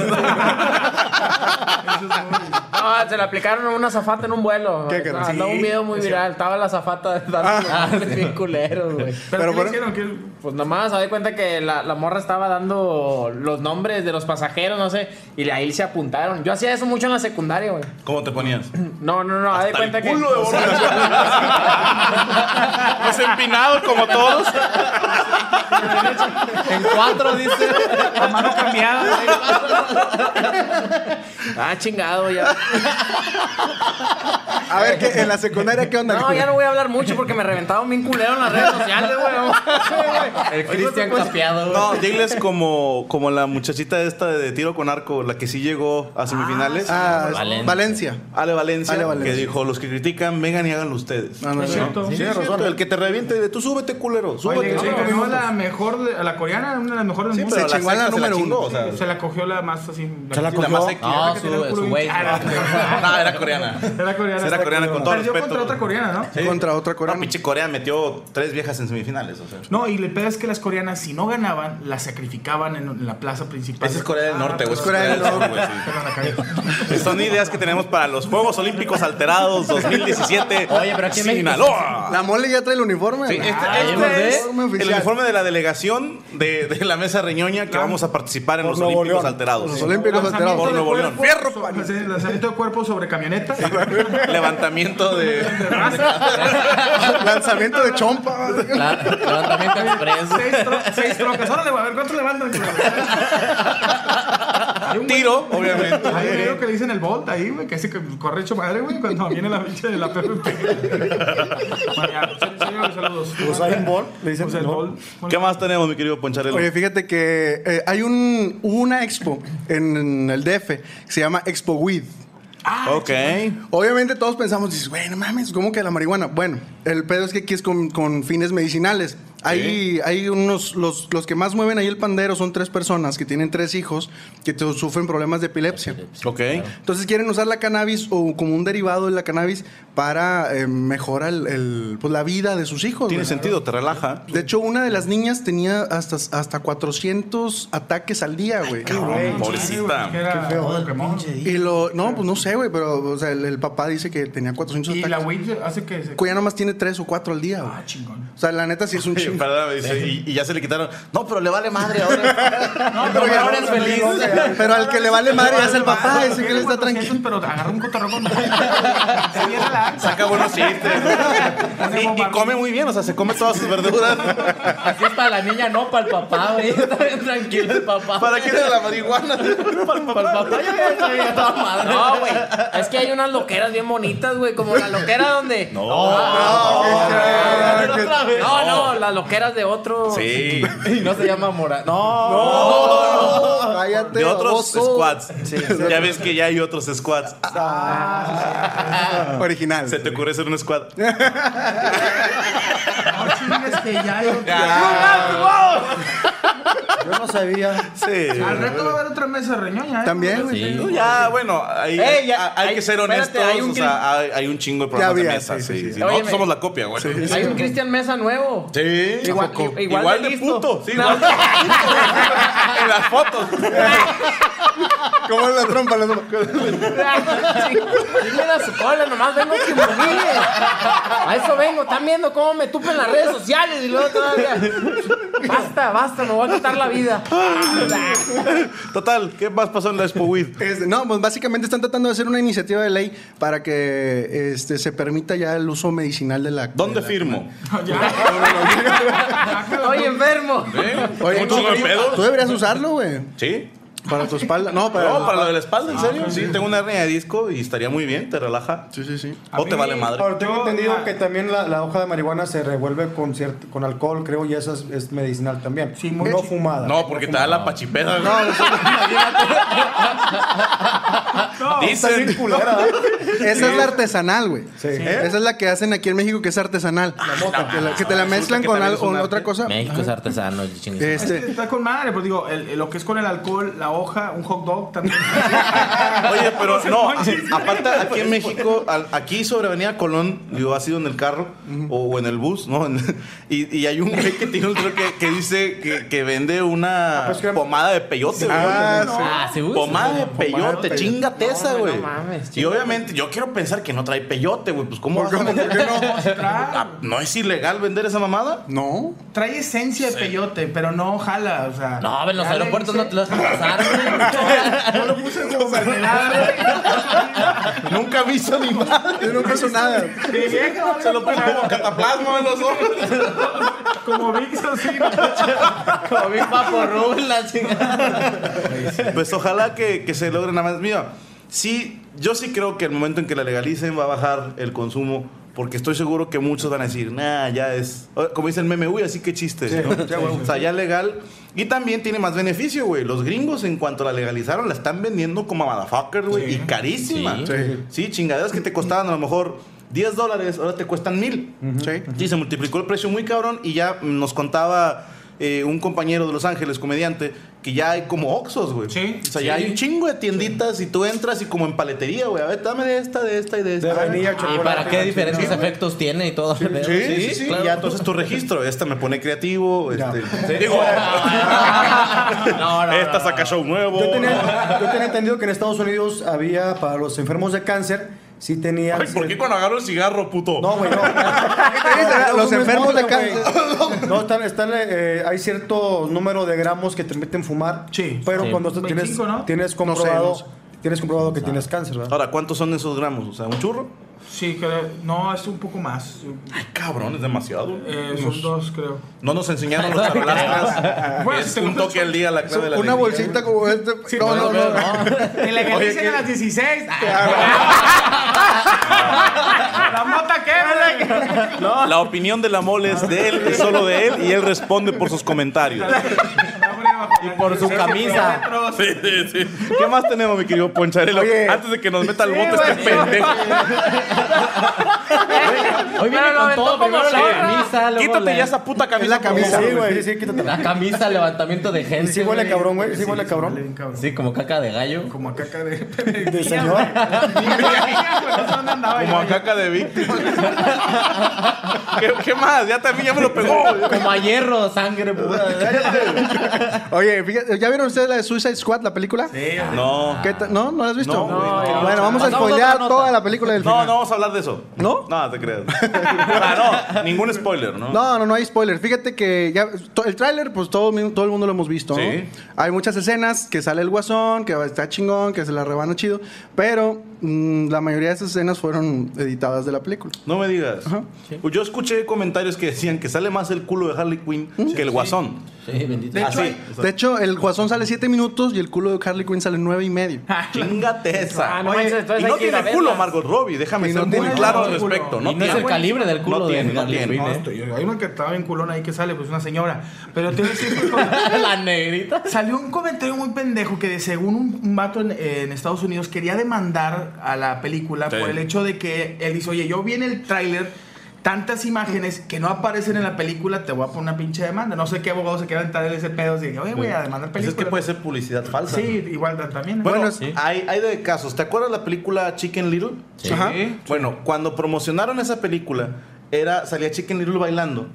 Speaker 7: No, se le aplicaron a una zafata en un vuelo.
Speaker 8: ¿Qué, carnal?
Speaker 7: Andaba un video muy viral. Estaba la zafata dando nombres bien culeros, güey.
Speaker 6: Pero,
Speaker 8: Ah. Pero
Speaker 6: ¿qué
Speaker 8: bueno.
Speaker 6: le hicieron? ¿Qué-
Speaker 7: Pues nomás, se da cuenta que la, la morra estaba dando los nombres de los pasajeros, no sé, y ahí se apuntaron. Yo hacía eso mucho en la secundaria, güey.
Speaker 3: ¿Cómo te ponías?
Speaker 7: No, no, no, Ah, haz de
Speaker 3: Hasta el
Speaker 7: cuenta que.
Speaker 3: culo de bola. Pues empinado como todos.
Speaker 4: En cuatro, dice.
Speaker 6: A mano cambiada. güey.
Speaker 7: Ah, chingado, ya.
Speaker 8: A ver, ¿qué, en la secundaria, ¿qué onda?
Speaker 7: No, ya no voy a hablar mucho porque me reventaron bien culero en las redes sociales, güey.
Speaker 4: El Cristian
Speaker 8: pues,
Speaker 4: capeado, güey.
Speaker 3: No, diles como, como la muchachita esta de tiro con arco, la que sí llegó a semifinales.
Speaker 8: Ah,
Speaker 4: Valencia.
Speaker 8: Valencia.
Speaker 3: Ale Valencia,
Speaker 8: Ale Valencia.
Speaker 3: que dijo, los que critican, vengan y háganlo ustedes.
Speaker 8: Ah, no,
Speaker 6: Es
Speaker 8: no.
Speaker 6: cierto.
Speaker 3: Sí, es cierto, el que te reviente, dile, tú súbete, culero, súbete.
Speaker 6: Oye,
Speaker 3: Sí,
Speaker 6: se comió la mejor, de- a la coreana, una de las mejores
Speaker 3: Sí,
Speaker 6: del mundo.
Speaker 3: pero
Speaker 8: Se chingó a la
Speaker 3: sexta se
Speaker 8: número
Speaker 3: chingó,
Speaker 8: uno.
Speaker 3: o sea,
Speaker 6: Se la cogió la más así.
Speaker 5: Se la
Speaker 3: la Ah,
Speaker 5: cogió.
Speaker 3: más X.
Speaker 4: No,
Speaker 6: que tenía el
Speaker 4: su,
Speaker 6: culo
Speaker 4: su güey.
Speaker 6: bien- Ah,
Speaker 4: no.
Speaker 3: No, era coreana.
Speaker 6: Era coreana.
Speaker 3: Era coreana, con todo
Speaker 6: Perdió
Speaker 3: respeto.
Speaker 6: contra otra coreana, ¿no?
Speaker 3: Sí.
Speaker 8: Contra otra
Speaker 3: No,
Speaker 8: coreana.
Speaker 3: pinche Corea metió tres viejas en semifinales. O sea.
Speaker 6: No, y le pedo es que las coreanas, si no ganaban, las sacrificaban en, en la plaza principal.
Speaker 3: Esa es Corea del
Speaker 6: Ah,
Speaker 3: Norte, güey.
Speaker 6: perdón.
Speaker 3: esa Es Corea del Sur, güey, sí.
Speaker 6: Perdón, la cagué.
Speaker 3: Son ideas que tenemos para los Juegos Olímpicos Alterados 2017.
Speaker 4: Oye, pero aquí en México-
Speaker 3: Sinaloa.
Speaker 8: La mole ya trae el uniforme.
Speaker 3: Sí, este,
Speaker 4: Ah,
Speaker 3: este
Speaker 4: ya
Speaker 3: es
Speaker 4: me acordé.
Speaker 8: Uniforme
Speaker 3: el
Speaker 8: oficial. Ah.
Speaker 3: uniforme de la delegación de, de la mesa reñoña que vamos a participar en
Speaker 5: Por
Speaker 3: los
Speaker 5: Nuevo
Speaker 3: Olímpicos
Speaker 5: León.
Speaker 3: Alterados.
Speaker 8: Los Olímpicos alterados.
Speaker 3: Por Nuevo León. Fierro,
Speaker 6: So- sí, Lanzamiento de cuerpo sobre camioneta.
Speaker 3: Levantamiento de.
Speaker 8: Lanzamiento de chompa.
Speaker 4: La- Levantamiento express.
Speaker 6: seis, tro- seis trocas. Órale, a ver cuánto levantan. Hay un güey-
Speaker 3: Tiro, obviamente.
Speaker 6: Hay un video que le dicen el Bolt ahí, güey, que ese que corre hecho madre, güey, cuando viene la pinche de la PFP. Bueno, ya, se- señores, saludos.
Speaker 5: Usain Bolt, le dicen
Speaker 6: Usain
Speaker 5: Bolt.
Speaker 6: Bolt. Bueno,
Speaker 3: ¿Qué más tenemos, mi querido Poncharelo?
Speaker 8: Oye, fíjate que eh, hay un, hubo una expo en, en el DF que se llama Expo Weed.
Speaker 3: ok.
Speaker 8: ah, Obviamente todos pensamos, dices, güey, no mames, ¿cómo que la marihuana? Bueno, el pedo es que aquí es con, con fines medicinales. Hay, hay unos, los, los que más mueven ahí el pandero son tres personas que tienen tres hijos que tu- sufren problemas de epilepsia.
Speaker 3: Ok.
Speaker 8: Entonces quieren usar la cannabis o como un derivado de la cannabis para eh, mejorar el, el, pues, la vida de sus hijos.
Speaker 3: Tiene
Speaker 8: güey.
Speaker 3: sentido, te relaja.
Speaker 8: De hecho, una de las niñas tenía hasta, hasta 400 ataques al día, güey.
Speaker 3: Pobrecita.
Speaker 6: que era Pokémon.
Speaker 8: Y lo, no, pues no sé, güey, pero o sea, el, el papá dice que tenía 400
Speaker 6: Y la
Speaker 8: ataques.
Speaker 6: Wii hace que se.
Speaker 8: Ya nomás tiene 3 o 4 al día, güey.
Speaker 6: Ah, chingón.
Speaker 8: O sea, la neta sí es un
Speaker 3: Oye,
Speaker 8: chingo.
Speaker 3: perdón, me dice, y, y ya se le quitaron. No, pero le vale madre ahora. no, pero
Speaker 8: ya
Speaker 3: ahora es
Speaker 8: no, no,
Speaker 3: feliz.
Speaker 8: no, no, no, Pero al que le vale madre es el papá,
Speaker 6: Ay,
Speaker 8: ese que le está tranquilo.
Speaker 6: Pero agarra un cotorreo con- Se viene la AXA.
Speaker 3: Saca buenos chistes.
Speaker 6: Hace
Speaker 3: y, y
Speaker 6: bombardeo.
Speaker 3: come muy bien, o sea, se come todas sus verduras.
Speaker 4: Así es para la niña, no para el papá, güey. Está bien tranquilo el papá.
Speaker 3: ¿Para qué de la marihuana?
Speaker 4: Para el papá ya ya está bien, toda madre.
Speaker 7: No, güey. Es que hay unas loqueras bien bonitas, güey. Como la loquera donde. No,
Speaker 4: Otra vez.
Speaker 7: no, las loqueras de otro.
Speaker 3: Sí.
Speaker 4: Y no se llama Mora. No.
Speaker 8: Cállate,
Speaker 3: De otros
Speaker 8: baboso.
Speaker 3: squats. Ya ves que ya hay otros squats.
Speaker 8: Original.
Speaker 3: Se te ocurre ser un squad.
Speaker 6: No chingues que ya hay otro.
Speaker 5: Yo no sabía.
Speaker 3: Sí.
Speaker 6: Al rato va a haber otra mesa reñoña. ¿eh?
Speaker 8: También, güey.
Speaker 3: No, Ya, bueno, ahí
Speaker 7: Eh,
Speaker 3: hay,
Speaker 7: ya,
Speaker 3: hay
Speaker 7: hay-
Speaker 3: que ser honestos.
Speaker 7: espérate, hay un
Speaker 3: o sea, hay, hay un chingo de problemas de
Speaker 8: había,
Speaker 3: mesa.
Speaker 8: sí,
Speaker 3: Sí,
Speaker 8: sí, sí.
Speaker 3: sí.
Speaker 7: Óyeme.
Speaker 3: Nosotros somos la copia, güey. Sí.
Speaker 7: Hay un Cristian Mesa nuevo. Igual, i- igual de listo.
Speaker 3: puto. Sí, igual de en las fotos.
Speaker 8: ¿Cómo es la trompa? La trompa.
Speaker 7: Dime a su cola, nomás vengo que me humille. A eso vengo, están viendo cómo me tupen las redes sociales y luego todavía. Basta, basta, me voy a quitar la vida.
Speaker 4: Ah,
Speaker 3: Total, ¿qué más pasó en la Expo Weed?
Speaker 8: Este, no, pues básicamente están tratando de hacer una iniciativa de ley para que este, se permita ya el uso medicinal de la.
Speaker 3: ¿Dónde
Speaker 8: de la-
Speaker 3: firmo?
Speaker 7: Estoy enfermo.
Speaker 8: Oye,
Speaker 3: ¿Un
Speaker 8: tú,
Speaker 3: chingo de pedos?
Speaker 8: tú deberías usarlo, güey.
Speaker 3: ¿Eh? ¿Sí?
Speaker 8: Para tu espalda. No, para.
Speaker 3: No, para lo de la espalda, ¿en serio? Sí, tengo una hernia de disco y estaría muy bien, te relaja.
Speaker 8: Sí, sí, sí.
Speaker 3: O te
Speaker 6: mí-
Speaker 3: vale madre.
Speaker 5: Ahora, tengo
Speaker 6: Yo,
Speaker 5: entendido
Speaker 6: ah.
Speaker 5: que también la, la hoja de marihuana se revuelve con, ciert- con alcohol, creo, y esa es, es medicinal también.
Speaker 6: Sí, muy-
Speaker 5: no fumada.
Speaker 3: No, porque te da la pachipeda.
Speaker 6: No,
Speaker 5: Está bien
Speaker 3: Dicen.
Speaker 5: culera, ¿verdad?
Speaker 8: Esa es la artesanal, güey.
Speaker 5: Sí.
Speaker 8: ¿Eh? Esa es la que hacen aquí en México, que es artesanal.
Speaker 3: Ah,
Speaker 8: que, la- que te la mezclan
Speaker 3: que
Speaker 8: con,
Speaker 3: también
Speaker 8: algo,
Speaker 3: es un
Speaker 8: con
Speaker 3: arte.
Speaker 8: otra cosa.
Speaker 4: México es artesano, chingue su madre.
Speaker 8: Este,
Speaker 6: Está con madre, pues digo, el- el- lo que es con el alcohol, la hoja, un hot dog también.
Speaker 3: Oye, pero
Speaker 6: se
Speaker 3: no, a-
Speaker 6: manches.
Speaker 3: aparte aquí en México, al- aquí sobre Avenida Colón, yo ha sido en el carro o, o en el bus, ¿no? y, y hay un güey que tiene un truque que, que dice que, que vende una
Speaker 5: pues, que-
Speaker 3: pomada de peyote. güey.
Speaker 4: Ah, se usa.
Speaker 3: Pomada de
Speaker 5: pomada de
Speaker 3: peyote,
Speaker 5: peyote.
Speaker 3: chingate esa,
Speaker 7: no
Speaker 3: güey.
Speaker 7: mames,
Speaker 3: y obviamente, yo quiero pensar que no trae peyote, güey. Pues, ¿cómo? vas a vender? Ah, ¿No es ilegal vender esa mamada?
Speaker 8: no.
Speaker 6: Trae esencia de peyote, pero no jala, o sea.
Speaker 4: No, en los
Speaker 6: ya le
Speaker 4: aeropuertos
Speaker 6: hice-
Speaker 4: no te lo dejan pasar, güey.
Speaker 6: Yo lo puse como mermelada.
Speaker 3: Nunca vi visto ni madre.
Speaker 8: Yo nunca hizo nada.
Speaker 3: Se lo puse como cataplasma en los ojos.
Speaker 6: Como Vicks así.
Speaker 4: Como mi papo Rubén, la chingada.
Speaker 3: Pues ojalá que, que se logre nada más. Mira, sí, yo sí creo que el momento en que la legalicen va a bajar el consumo. Porque estoy seguro que muchos van a decir, nah, ya es. o- Como dice el meme, uy, así que chiste. ¿no? o sea, ya legal. Y también tiene más beneficio, güey. Los gringos, en cuanto la legalizaron, la están vendiendo como a motherfucker, güey. Y carísima. Sí.
Speaker 4: Sí.
Speaker 3: chingaderas que te costaban a lo mejor 10 dólares, ahora te cuestan mil.
Speaker 8: Sí.
Speaker 3: Sí, se multiplicó el precio muy cabrón y ya mm, nos contaba eh, un compañero de Los Ángeles, comediante, que ya hay como Oxos, güey.
Speaker 6: Sí,
Speaker 3: O sea, ya
Speaker 6: sí.
Speaker 3: hay un chingo de tienditas y tú entras y como en paletería, güey. A ver, dame de esta, de esta Ah, y de esta.
Speaker 5: De vainilla,
Speaker 4: ¿Y
Speaker 5: chocolate.
Speaker 4: para qué
Speaker 5: la
Speaker 4: diferentes
Speaker 5: chingada.
Speaker 4: efectos tiene y todo? Sí,
Speaker 3: Sí, sí, sí.
Speaker 4: claro.
Speaker 3: Ya entonces tu registro. Esta me pone creativo. Este, digo,
Speaker 4: No, no,
Speaker 3: esta
Speaker 4: no,
Speaker 3: saca show nuevo.
Speaker 5: Yo tenía, yo tenía entendido que en Estados Unidos había para los enfermos de cáncer, sí tenían.
Speaker 3: Ay, ¿por qué cuando agarro el cigarro, puto?
Speaker 5: No, güey, no.
Speaker 8: Los enfermos de
Speaker 5: cáncer. No, están, están, eh, hay cierto número de gramos que te permiten fumar.
Speaker 6: Sí.
Speaker 5: Pero
Speaker 4: Sí.
Speaker 5: cuando tú tienes,
Speaker 6: 25, ¿no?
Speaker 5: tienes
Speaker 8: no sé.
Speaker 5: comprobado, tienes comprobado que tienes cáncer, ¿verdad?
Speaker 3: Ahora, ¿cuántos son esos gramos? O sea, ¿un churro?
Speaker 6: Sí, creo. No, es un poco más.
Speaker 3: Cabrón, es demasiado.
Speaker 6: Eh, son dos, creo.
Speaker 3: No nos enseñaron los charlatans.
Speaker 6: Bueno,
Speaker 3: es
Speaker 6: si te
Speaker 3: un
Speaker 6: compras
Speaker 3: toque al día la clave de la
Speaker 8: Una
Speaker 3: alegría.
Speaker 8: bolsita como este. no, no, no.
Speaker 6: En la
Speaker 3: Oye,
Speaker 6: Galicia
Speaker 3: ¿qué?
Speaker 6: de las 16. Ah. ¿La mota qué? ¿verdad?
Speaker 3: La opinión de la mole es de él, es solo de él, y él responde por sus comentarios.
Speaker 6: Y
Speaker 4: por su camisa.
Speaker 3: Sí, sí, sí. ¿Qué más tenemos, mi querido Poncharelo?
Speaker 5: Oye.
Speaker 3: Antes de que nos meta el
Speaker 6: Sí,
Speaker 3: bote este
Speaker 6: güey.
Speaker 3: pendejo.
Speaker 4: Hoy viene
Speaker 7: lo
Speaker 4: con
Speaker 7: aventó
Speaker 4: todo.
Speaker 7: como
Speaker 4: Primero la
Speaker 7: zorra.
Speaker 4: camisa, luego
Speaker 3: Quítate
Speaker 4: la-
Speaker 3: ya esa puta camisa.
Speaker 8: Es la
Speaker 3: por favor.
Speaker 8: camisa.
Speaker 5: Sí, güey, sí, sí, quítatela.
Speaker 4: La camisa, levantamiento de
Speaker 5: Y
Speaker 4: gente.
Speaker 5: sí huele cabrón, güey. Sí huele
Speaker 6: Huele bien
Speaker 5: cabrón.
Speaker 6: cabrón.
Speaker 4: Sí, como caca de gallo.
Speaker 6: Como a caca de.
Speaker 5: De señor.
Speaker 3: Como a caca de víctima. ¿Qué, qué más? Ya también ya me lo pegó.
Speaker 4: Como a hierro, sangre pura.
Speaker 8: Oye, fíjate, ¿ya vieron ustedes la de Suicide Squad, la película?
Speaker 3: No.
Speaker 8: ¿Qué ta- ¿No? ¿No la has visto?
Speaker 3: No, güey, no.
Speaker 8: Bueno, vamos
Speaker 4: Pasamos a
Speaker 8: a
Speaker 4: otra
Speaker 8: spoilear
Speaker 4: nota.
Speaker 8: toda la película del
Speaker 3: No,
Speaker 8: final.
Speaker 3: no vamos a hablar de eso.
Speaker 8: ¿No?
Speaker 3: No, te creas. Ah, no, ningún spoiler, ¿no?
Speaker 8: No, no, no hay spoiler. Fíjate que ya to- el tráiler, pues todo, mi- todo el mundo lo hemos visto. ¿no?
Speaker 3: Sí.
Speaker 8: Hay muchas escenas que sale el guasón, que está chingón, que se la rebana chido, pero mm, la mayoría de esas escenas fueron editadas de la película.
Speaker 3: No me digas. Pues Yo escuché comentarios que decían que sale más el culo de Harley Quinn que el guasón.
Speaker 4: Sí, bendito. Ah,
Speaker 3: Así.
Speaker 8: De hecho, el guasón sale 7 minutos y el culo de Harley Quinn sale 9 y medio.
Speaker 3: Ah, Chingate esa.
Speaker 7: Ah, no manches, entonces
Speaker 3: y no
Speaker 7: hay que ir a
Speaker 3: tiene culo
Speaker 7: verlas.
Speaker 3: Margot Robbie, déjame
Speaker 8: Y
Speaker 3: ser
Speaker 8: no
Speaker 3: muy
Speaker 8: tiene
Speaker 3: claro
Speaker 6: culo.
Speaker 3: al respecto. No,
Speaker 4: Y no es
Speaker 3: tiene.
Speaker 4: el calibre del culo
Speaker 3: No
Speaker 4: de
Speaker 3: tiene, no
Speaker 4: Harley
Speaker 3: tiene.
Speaker 4: Quinn,
Speaker 6: No,
Speaker 4: ¿eh?
Speaker 6: estoy- hay una que estaba bien culona ahí que sale, pues una señora. Pero te voy a decir que
Speaker 4: La negrita.
Speaker 6: Salió un comentario muy pendejo que de según un, un vato en, en Estados Unidos quería demandar a la película
Speaker 3: Sí.
Speaker 6: por el hecho de que él dice, oye, yo vi en el tráiler tantas imágenes que no aparecen en la película, te voy a poner una pinche demanda. No sé qué abogado se queda entrar en ese pedo. Y dije, oye, voy a demandar
Speaker 3: Pues
Speaker 6: película.
Speaker 3: es que puede ser publicidad falsa.
Speaker 6: Sí, igual también. ¿no?
Speaker 3: Bueno,
Speaker 8: Bueno,
Speaker 3: hay, hay de casos. ¿Te acuerdas la película Chicken Little?
Speaker 4: Sí.
Speaker 8: Ajá.
Speaker 6: Sí.
Speaker 3: Bueno, cuando promocionaron esa película, era, salía Chicken Little bailando.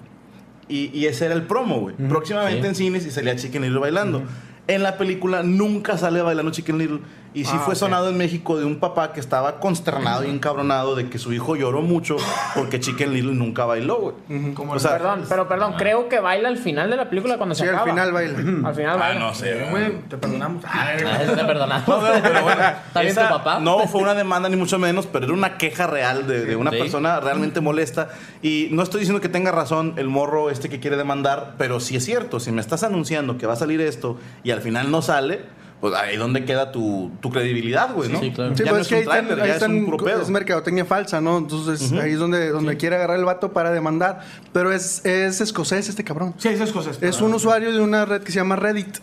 Speaker 3: Y, y ese era el promo, güey. Próximamente
Speaker 4: Sí.
Speaker 3: en cines y salía Chicken Little bailando. En la película nunca sale bailando Chicken Little. Y sí fue sonado en México de un papá que estaba consternado y encabronado de que su hijo lloró mucho porque Chicken Little nunca bailó, güey.
Speaker 6: Como
Speaker 3: O sea, Ah.
Speaker 7: Perdón, pero perdón, creo que baila al final de la película cuando
Speaker 8: Sí,
Speaker 7: se
Speaker 8: al
Speaker 7: acaba.
Speaker 8: final baila.
Speaker 7: Al final
Speaker 3: ah,
Speaker 7: baila.
Speaker 3: no sé, güey.
Speaker 6: güey, te perdonamos. Ay,
Speaker 4: Ah, eso te perdonamos.
Speaker 3: No, no, pero bueno,
Speaker 4: ¿Está bien tu
Speaker 3: Ah, esa
Speaker 4: papá?
Speaker 3: No fue una demanda ni mucho menos, pero era una queja real de, de una
Speaker 4: Sí.
Speaker 3: persona realmente molesta. Y no estoy diciendo que tenga razón el morro este que quiere demandar, pero si es cierto, si me estás anunciando que va a salir esto y al final no sale, pues ahí donde queda tu, tu credibilidad, güey, ¿no?
Speaker 4: sí, claro.
Speaker 8: Sí,
Speaker 3: ya no
Speaker 8: pues es
Speaker 3: es
Speaker 8: que
Speaker 3: un
Speaker 8: ahí, están-
Speaker 3: trailer,
Speaker 8: ahí
Speaker 3: ya es
Speaker 8: están-
Speaker 3: un puro pedo.
Speaker 8: es mercadotecnia falsa, ¿no? Entonces ahí es donde, donde quiere agarrar el vato para demandar. Pero es, es escocés este cabrón.
Speaker 6: Sí, esas cosas.
Speaker 8: Es un usuario de una red que se llama Reddit.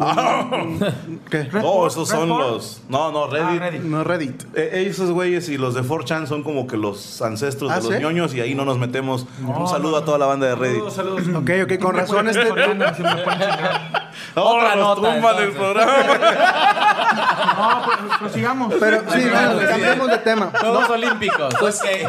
Speaker 8: ¿Qué?
Speaker 3: No, esos son
Speaker 6: Red Bull.
Speaker 3: los... No, no, Reddit.
Speaker 6: Ah, Reddit.
Speaker 8: No Reddit.
Speaker 3: Eh, esos güeyes y los de 4chan son como que los ancestros
Speaker 8: ¿Ah,
Speaker 3: de los
Speaker 8: sí?
Speaker 3: ñoños y ahí no nos metemos.
Speaker 6: No,
Speaker 3: un saludo
Speaker 6: no,
Speaker 3: a toda la banda de Reddit.
Speaker 6: Saludos, saludos.
Speaker 8: Ok, ok, con razón este.
Speaker 6: Perdóname, se me fue la chingada.
Speaker 3: Otra
Speaker 4: Otra
Speaker 3: nos
Speaker 4: nota,
Speaker 3: tumban el
Speaker 4: entonces.
Speaker 3: programa.
Speaker 6: No, pues, prosigamos.
Speaker 8: Pero sí, bueno, cambiamos de tema.
Speaker 4: Juegos Olímpicos.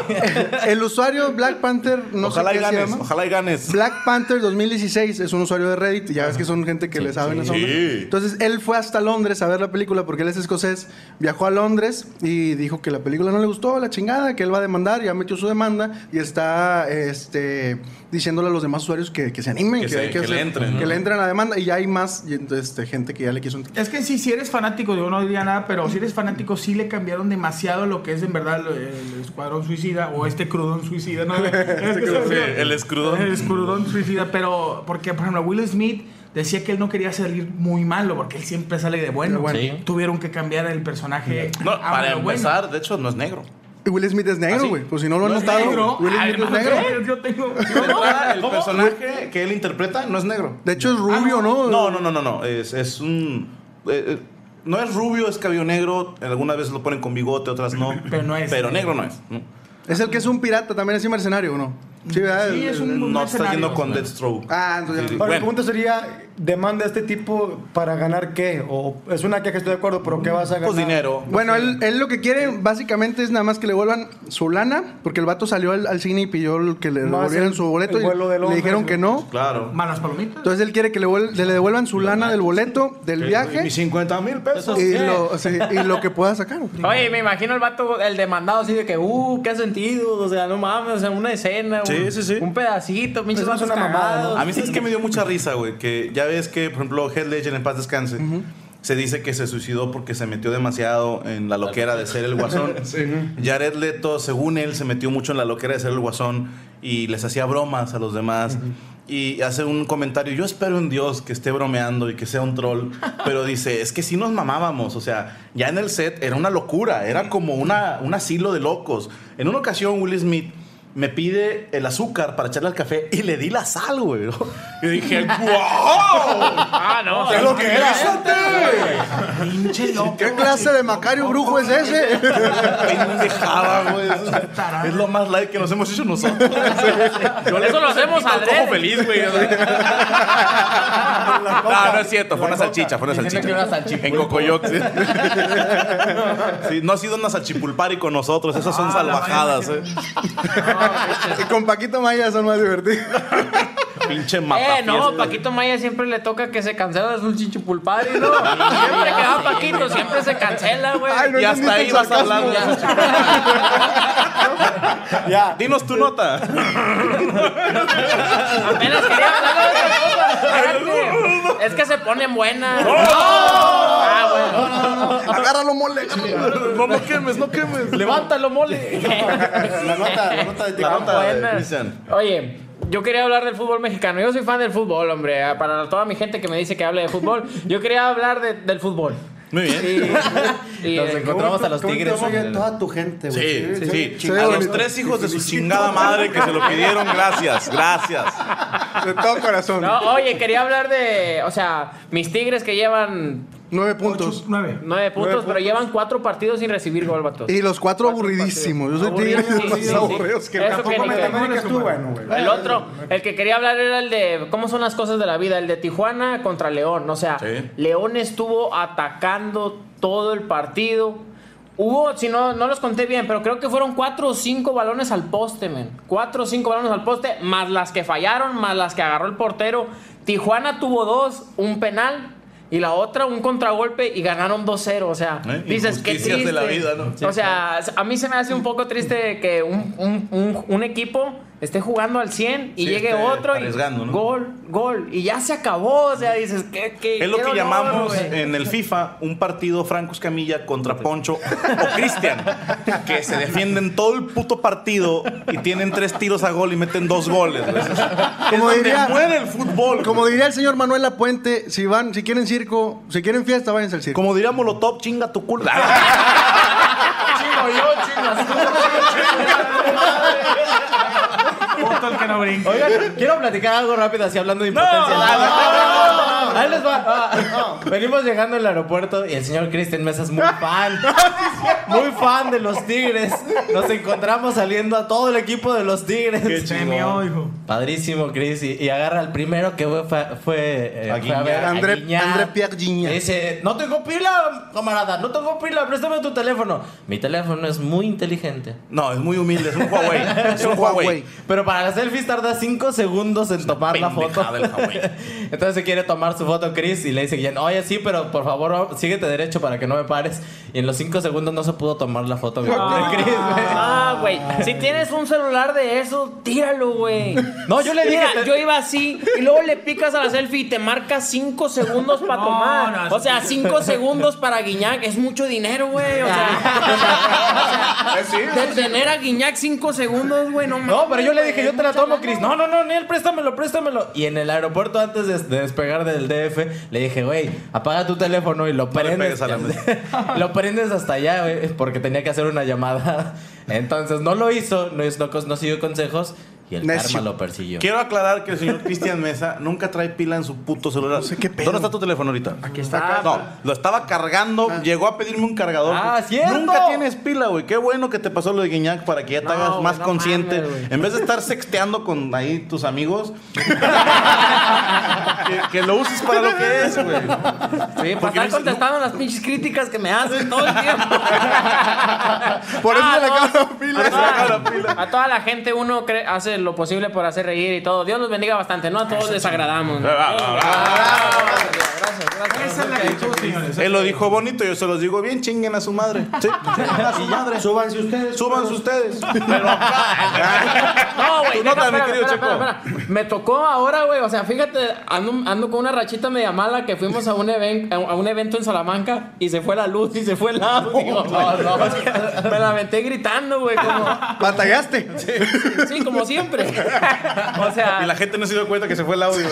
Speaker 8: El usuario Black Panther, no
Speaker 3: ojalá
Speaker 8: sé
Speaker 3: y
Speaker 8: qué se
Speaker 3: ganes,
Speaker 8: llama.
Speaker 3: ojalá y ganes.
Speaker 8: Black Panther 2016 es un usuario de Reddit, ya ves que son gente que le saben las
Speaker 3: sí.
Speaker 8: ondas.
Speaker 3: Sí.
Speaker 8: Entonces él fue hasta Londres a ver la película porque él es escocés, viajó a Londres y dijo que la película no le gustó, la chingada, que él va a demandar, ya metió su demanda y está este diciéndole a los demás usuarios que, que se animen,
Speaker 3: Que
Speaker 8: que,
Speaker 3: se-
Speaker 8: hay
Speaker 3: que le entren, ¿no?
Speaker 8: que le entren a la demanda y ya hay más y, este, gente que ya le quiso entrar.
Speaker 6: Es que sí, si eres fanático, yo no diría nada, pero si eres fanático, sí le cambiaron demasiado lo que es en verdad el, el escuadrón suicida o este crudón suicida, ¿no? Es que se me olvidó.
Speaker 3: Sí, el escrudón.
Speaker 6: El escrudón suicida, pero porque, por ejemplo, Will Smith decía que él no quería salir muy malo porque él siempre sale de bueno.
Speaker 4: Sí.
Speaker 6: Tuvieron que cambiar el personaje.
Speaker 3: No,
Speaker 6: a
Speaker 3: para
Speaker 6: malo Ah, bueno.
Speaker 3: empezar, de hecho, no es negro.
Speaker 8: Y Will Smith
Speaker 3: ¿Ah,
Speaker 8: es negro, güey, pues si no lo han
Speaker 6: ¿No es
Speaker 8: notado,
Speaker 6: negro?
Speaker 8: Will
Speaker 6: Ay,
Speaker 8: Smith es
Speaker 6: hermano,
Speaker 8: negro.
Speaker 6: Yo tengo.
Speaker 3: De entrada, el personaje que él interpreta no es negro.
Speaker 8: De hecho es rubio, ¿no?
Speaker 3: Ah, No, no, no, no, no. Es, es un. eh, eh, no es rubio, es cabello negro. Algunas veces lo ponen con bigote, otras no.
Speaker 6: Pero no es.
Speaker 3: Pero negro no es. ¿no?
Speaker 8: Es el que es un pirata, también es un mercenario, ¿o ¿no? Sí, ¿verdad?
Speaker 6: Sí, es un-
Speaker 3: No está
Speaker 6: escenario.
Speaker 3: yendo con Deathstroke.
Speaker 8: Ah, entonces ya-
Speaker 3: Sí, sí.
Speaker 5: Ahora, la
Speaker 3: Bueno.
Speaker 5: pregunta sería, ¿demanda este tipo para ganar qué? O es una queja, estoy de acuerdo, pero ¿qué vas a ganar?
Speaker 3: Pues dinero.
Speaker 8: Bueno, él, él lo que quiere básicamente es nada más que le vuelvan su lana, porque el vato salió al, al cine y pidió el- que le
Speaker 5: Más
Speaker 8: devolvieran
Speaker 5: el-
Speaker 8: su boleto
Speaker 5: el
Speaker 8: y
Speaker 5: vuelo de
Speaker 8: le
Speaker 5: Londres,
Speaker 8: dijeron
Speaker 5: ¿no?
Speaker 8: que no.
Speaker 3: Claro.
Speaker 6: ¿Malas palomitas?
Speaker 8: Entonces él quiere que le, vuel- le devuelvan su lana del boleto, del viaje
Speaker 3: Mis 50 mil pesos.
Speaker 8: y lo, sí, y lo que pueda sacar.
Speaker 7: Oye, me imagino el vato, el demandado así de que, uh, qué sentido, o sea, no mames, o sea, una escena,
Speaker 3: Sí,
Speaker 7: un,
Speaker 3: sí, sí.
Speaker 7: un pedacito, pinches
Speaker 5: Eso es
Speaker 7: vatos
Speaker 5: una mamada,
Speaker 7: cagados.
Speaker 5: ¿no?
Speaker 3: A mí sabes que me dio mucha risa, güey, que ya ves que, por ejemplo, Heath Ledger en paz descanse, se dice que se suicidó porque se metió demasiado en la loquera de ser el guasón. Jared Leto, según él, se metió mucho en la loquera de ser el guasón y les hacía bromas a los demás. Y hace un comentario, yo espero en Dios que esté bromeando y que sea un troll, pero dice, es que sí nos mamábamos, o sea, ya en el set era una locura, era como una, un asilo de locos. En una ocasión Will Smith me pide el azúcar para echarle al café y le di la sal, güey. Y dije, ¡wow!
Speaker 7: Ah, no.
Speaker 3: ¡Es lo que era!
Speaker 6: Pinche loco.
Speaker 8: ¿Qué clase de Macario Brujo es ese?
Speaker 3: Pendejada, güey. Eso Es lo más like que nos hemos hecho nosotros.
Speaker 7: Eso lo hacemos al
Speaker 3: Ojo feliz, güey. No, no es cierto. Fue una salchicha, fue una
Speaker 4: Diciendo que
Speaker 3: salchicha.
Speaker 4: era salchipulpo.
Speaker 3: En Cocoyoc, sí. Sí, no ha sido una salchipulpari con nosotros. Esas son salvajadas, eh.
Speaker 8: Y con Paquito Maya son más divertidos.
Speaker 3: Pinche mata.
Speaker 7: Eh, no, Paquito Maya siempre le toca que se cancela su chinchupulpari, ¿no? Siempre que va Paquito, siempre se cancela, güey.
Speaker 8: Ay, no
Speaker 3: Y hasta ahí
Speaker 8: entendiste el
Speaker 3: vas
Speaker 8: sarcasmo.
Speaker 3: hablando.
Speaker 5: Ya.
Speaker 3: Dinos tu nota.
Speaker 7: Apenas quería hablar de otra cosa. Espérate. Es que se ponen buenas. Ah, bueno.
Speaker 8: Agárralo, mole.
Speaker 3: No, no quemes, no quemes.
Speaker 7: Levántalo, mole.
Speaker 5: La nota, la nota de ti.
Speaker 3: La nota de
Speaker 7: Buena.
Speaker 3: Cristian.
Speaker 7: Oye, yo quería hablar del fútbol mexicano. Yo soy fan del fútbol, hombre. Ah, Para toda mi gente que me dice que hable de fútbol, yo quería hablar de- del fútbol.
Speaker 3: Muy bien.
Speaker 7: Y, y-
Speaker 4: Nos encontramos a los
Speaker 5: ¿Cómo te
Speaker 4: tigres.
Speaker 5: oye toda tu gente,
Speaker 3: Sí,
Speaker 5: güey.
Speaker 3: sí, sí.
Speaker 5: chingón.
Speaker 3: a los
Speaker 8: bonito.
Speaker 3: tres hijos de su chingada madre que se lo pidieron, gracias, gracias.
Speaker 8: De todo corazón.
Speaker 7: No, oye, quería hablar de, o sea, mis tigres que llevan
Speaker 8: Nueve puntos.
Speaker 6: Nueve.
Speaker 7: nueve puntos, pero llevan cuatro partidos sin recibir gol, vatos.
Speaker 8: Y los cuatro aburridísimos. Yo soy tigre
Speaker 7: Aburridos,
Speaker 8: de
Speaker 7: sí, sí, sí.
Speaker 8: los aburridos que
Speaker 7: Eso que
Speaker 5: Tampoco
Speaker 7: ni
Speaker 5: me
Speaker 7: que-
Speaker 5: tampoco que estuvo bueno, güey.
Speaker 7: El otro, el que quería hablar era el de cómo son las cosas de la vida, el de Tijuana contra León. O sea,
Speaker 3: Sí.
Speaker 7: León estuvo atacando todo el partido. Hubo, si no, no los conté bien, pero creo que fueron cuatro o cinco balones al poste, men. Cuatro o cinco balones al poste, más las que fallaron, más las que agarró el portero. Tijuana tuvo dos, un penal. Y la otra, un contragolpe y ganaron 2-0. O sea,
Speaker 3: ¿Eh?
Speaker 7: dices que
Speaker 3: Injusticias de la vida, ¿no?
Speaker 7: o sea, a mí se me hace un poco triste que un, un- un- un equipo esté jugando al 100 y
Speaker 3: Sí,
Speaker 7: llegue
Speaker 3: esté
Speaker 7: otro y
Speaker 3: arriesgando, ¿no?
Speaker 7: gol, gol. Y ya se acabó. O sea, dices, ¿qué? qué
Speaker 3: Es lo
Speaker 7: qué
Speaker 3: que
Speaker 7: dolor,
Speaker 3: llamamos eh,
Speaker 7: güey?
Speaker 3: en el FIFA un partido Franco Escamilla contra Poncho o Cristian, que se defienden todo el puto partido y tienen tres tiros a gol y meten dos goles.
Speaker 8: Como
Speaker 3: Como
Speaker 8: diría-
Speaker 3: muere el fútbol. Como,
Speaker 8: Como diría el señor Manuel Lapuente, si van, si quieren circo, si quieren fiesta, váyanse al circo.
Speaker 3: diría Molotov, chinga tu culo.
Speaker 7: Chingo yo, chingas tú,
Speaker 6: Punto el que no brinca.
Speaker 4: Oigan, quiero platicar algo rápido así hablando de impotencia. Ah, no, no, no. Ahí les va. Ah, Venimos llegando al aeropuerto y el señor Cristian Mesa es muy fan. Muy fan de los Tigres. Nos encontramos saliendo a todo el equipo de los Tigres.
Speaker 6: Se meó, hijo.
Speaker 4: Padrísimo, Chris. Y, y agarra al primero que fue, fue, eh,
Speaker 3: A
Speaker 4: fue a
Speaker 3: Guiñac.
Speaker 4: ver a
Speaker 8: André-
Speaker 4: Guiñac.
Speaker 8: André Pierre Guiñac.
Speaker 4: Le Dice, no tengo pila, camarada, no tengo pila, préstame tu teléfono. Mi teléfono es muy inteligente.
Speaker 3: No, es muy humilde, es un Huawei. Es un Huawei.
Speaker 4: Pero para las selfies tarda 5 segundos en tomar la foto.
Speaker 3: pendejada el Huawei.
Speaker 4: Entonces se quiere tomar su foto Chris y le dice Guillén, oye, sí, pero por favor, síguete derecho para que no me pares. Y en los 5 segundos no se pudo tomar la foto mi pobre Chris, güey.
Speaker 7: Ah, güey. Si tienes un celular de eso, tíralo, güey.
Speaker 4: No, yo le dije-
Speaker 7: Mira, yo iba así y luego le picas a la selfie y te marca 5 segundos para
Speaker 6: No,
Speaker 7: tomar.
Speaker 6: no,
Speaker 7: o sea, 5 segundos para Guiñac es mucho dinero, güey. O sea, de tener a Guiñac 5 segundos, güey, no
Speaker 4: No,
Speaker 7: mames,
Speaker 4: pero yo le
Speaker 7: güey,
Speaker 4: dije, yo te la
Speaker 7: mucha
Speaker 4: tomo,
Speaker 7: lana.
Speaker 4: Chris. No, no, no, Nel, préstamelo, préstamelo. Y en el aeropuerto, antes de, de despegar del DF, le dije, güey, apaga tu teléfono y lo
Speaker 3: le
Speaker 4: prendes.
Speaker 3: pegues a la
Speaker 4: lo prendes hasta allá, güey, porque tenía que hacer una llamada. Entonces no lo hizo, no, hizo- no, cos- no siguió consejos. Y el
Speaker 8: Necio.
Speaker 4: karma lo persiguió.
Speaker 3: Quiero aclarar que el señor Cristian Mesa nunca trae pila en su puto celular.
Speaker 8: No sé qué pedo.
Speaker 3: ¿Dónde está tu teléfono ahorita?
Speaker 5: Aquí está acá.
Speaker 3: No, lo estaba cargando,
Speaker 7: Ah.
Speaker 3: llegó a pedirme un cargador.
Speaker 4: Ah, ¿cierto?
Speaker 3: Nunca tienes pila, güey. Qué bueno que te pasó lo de Guiñac para que ya te
Speaker 7: No,
Speaker 3: hagas
Speaker 7: güey,
Speaker 3: más
Speaker 7: no
Speaker 3: consciente.
Speaker 7: mames, güey.
Speaker 3: en vez de estar sexteando con ahí tus amigos, que, que lo uses para lo que es, güey.
Speaker 7: Sí, para
Speaker 3: porque
Speaker 7: estar
Speaker 3: no-
Speaker 7: contestando las pinches críticas que me hacen todo el tiempo.
Speaker 8: Por eso
Speaker 7: Ah,
Speaker 8: se le
Speaker 7: no.
Speaker 8: acaba la pila.
Speaker 7: A
Speaker 3: acaba la
Speaker 7: toda, Ah, a toda la gente uno cree- hace lo posible por hacer reír y todo. Dios nos bendiga bastante, ¿no? A todos les agradamos.
Speaker 4: Ah,
Speaker 7: ¿no?
Speaker 6: Esa es la actitud, señores.
Speaker 3: Ah, Él lo dijo bonito, yo se los digo bien, chinguen a su madre. Sí, chinguen a su madre.
Speaker 5: Súbanse ustedes.
Speaker 3: Súbanse ustedes. Pero acá.
Speaker 7: No, güey.
Speaker 3: Tu
Speaker 7: deja,
Speaker 3: nota, mi
Speaker 7: espera,
Speaker 3: querido
Speaker 7: espera,
Speaker 3: Checo.
Speaker 7: espera, espera. Me tocó ahora, güey. O sea, fíjate, ando, ando con una rachita media mala que fuimos a un, even- a un evento en Salamanca y se fue la luz y se fue el audio. O sea, me la aventé gritando, güey. Como,
Speaker 8: Batallaste.
Speaker 7: sí, como siempre. o sea,
Speaker 3: Y la gente no se dio cuenta que se fue el audio.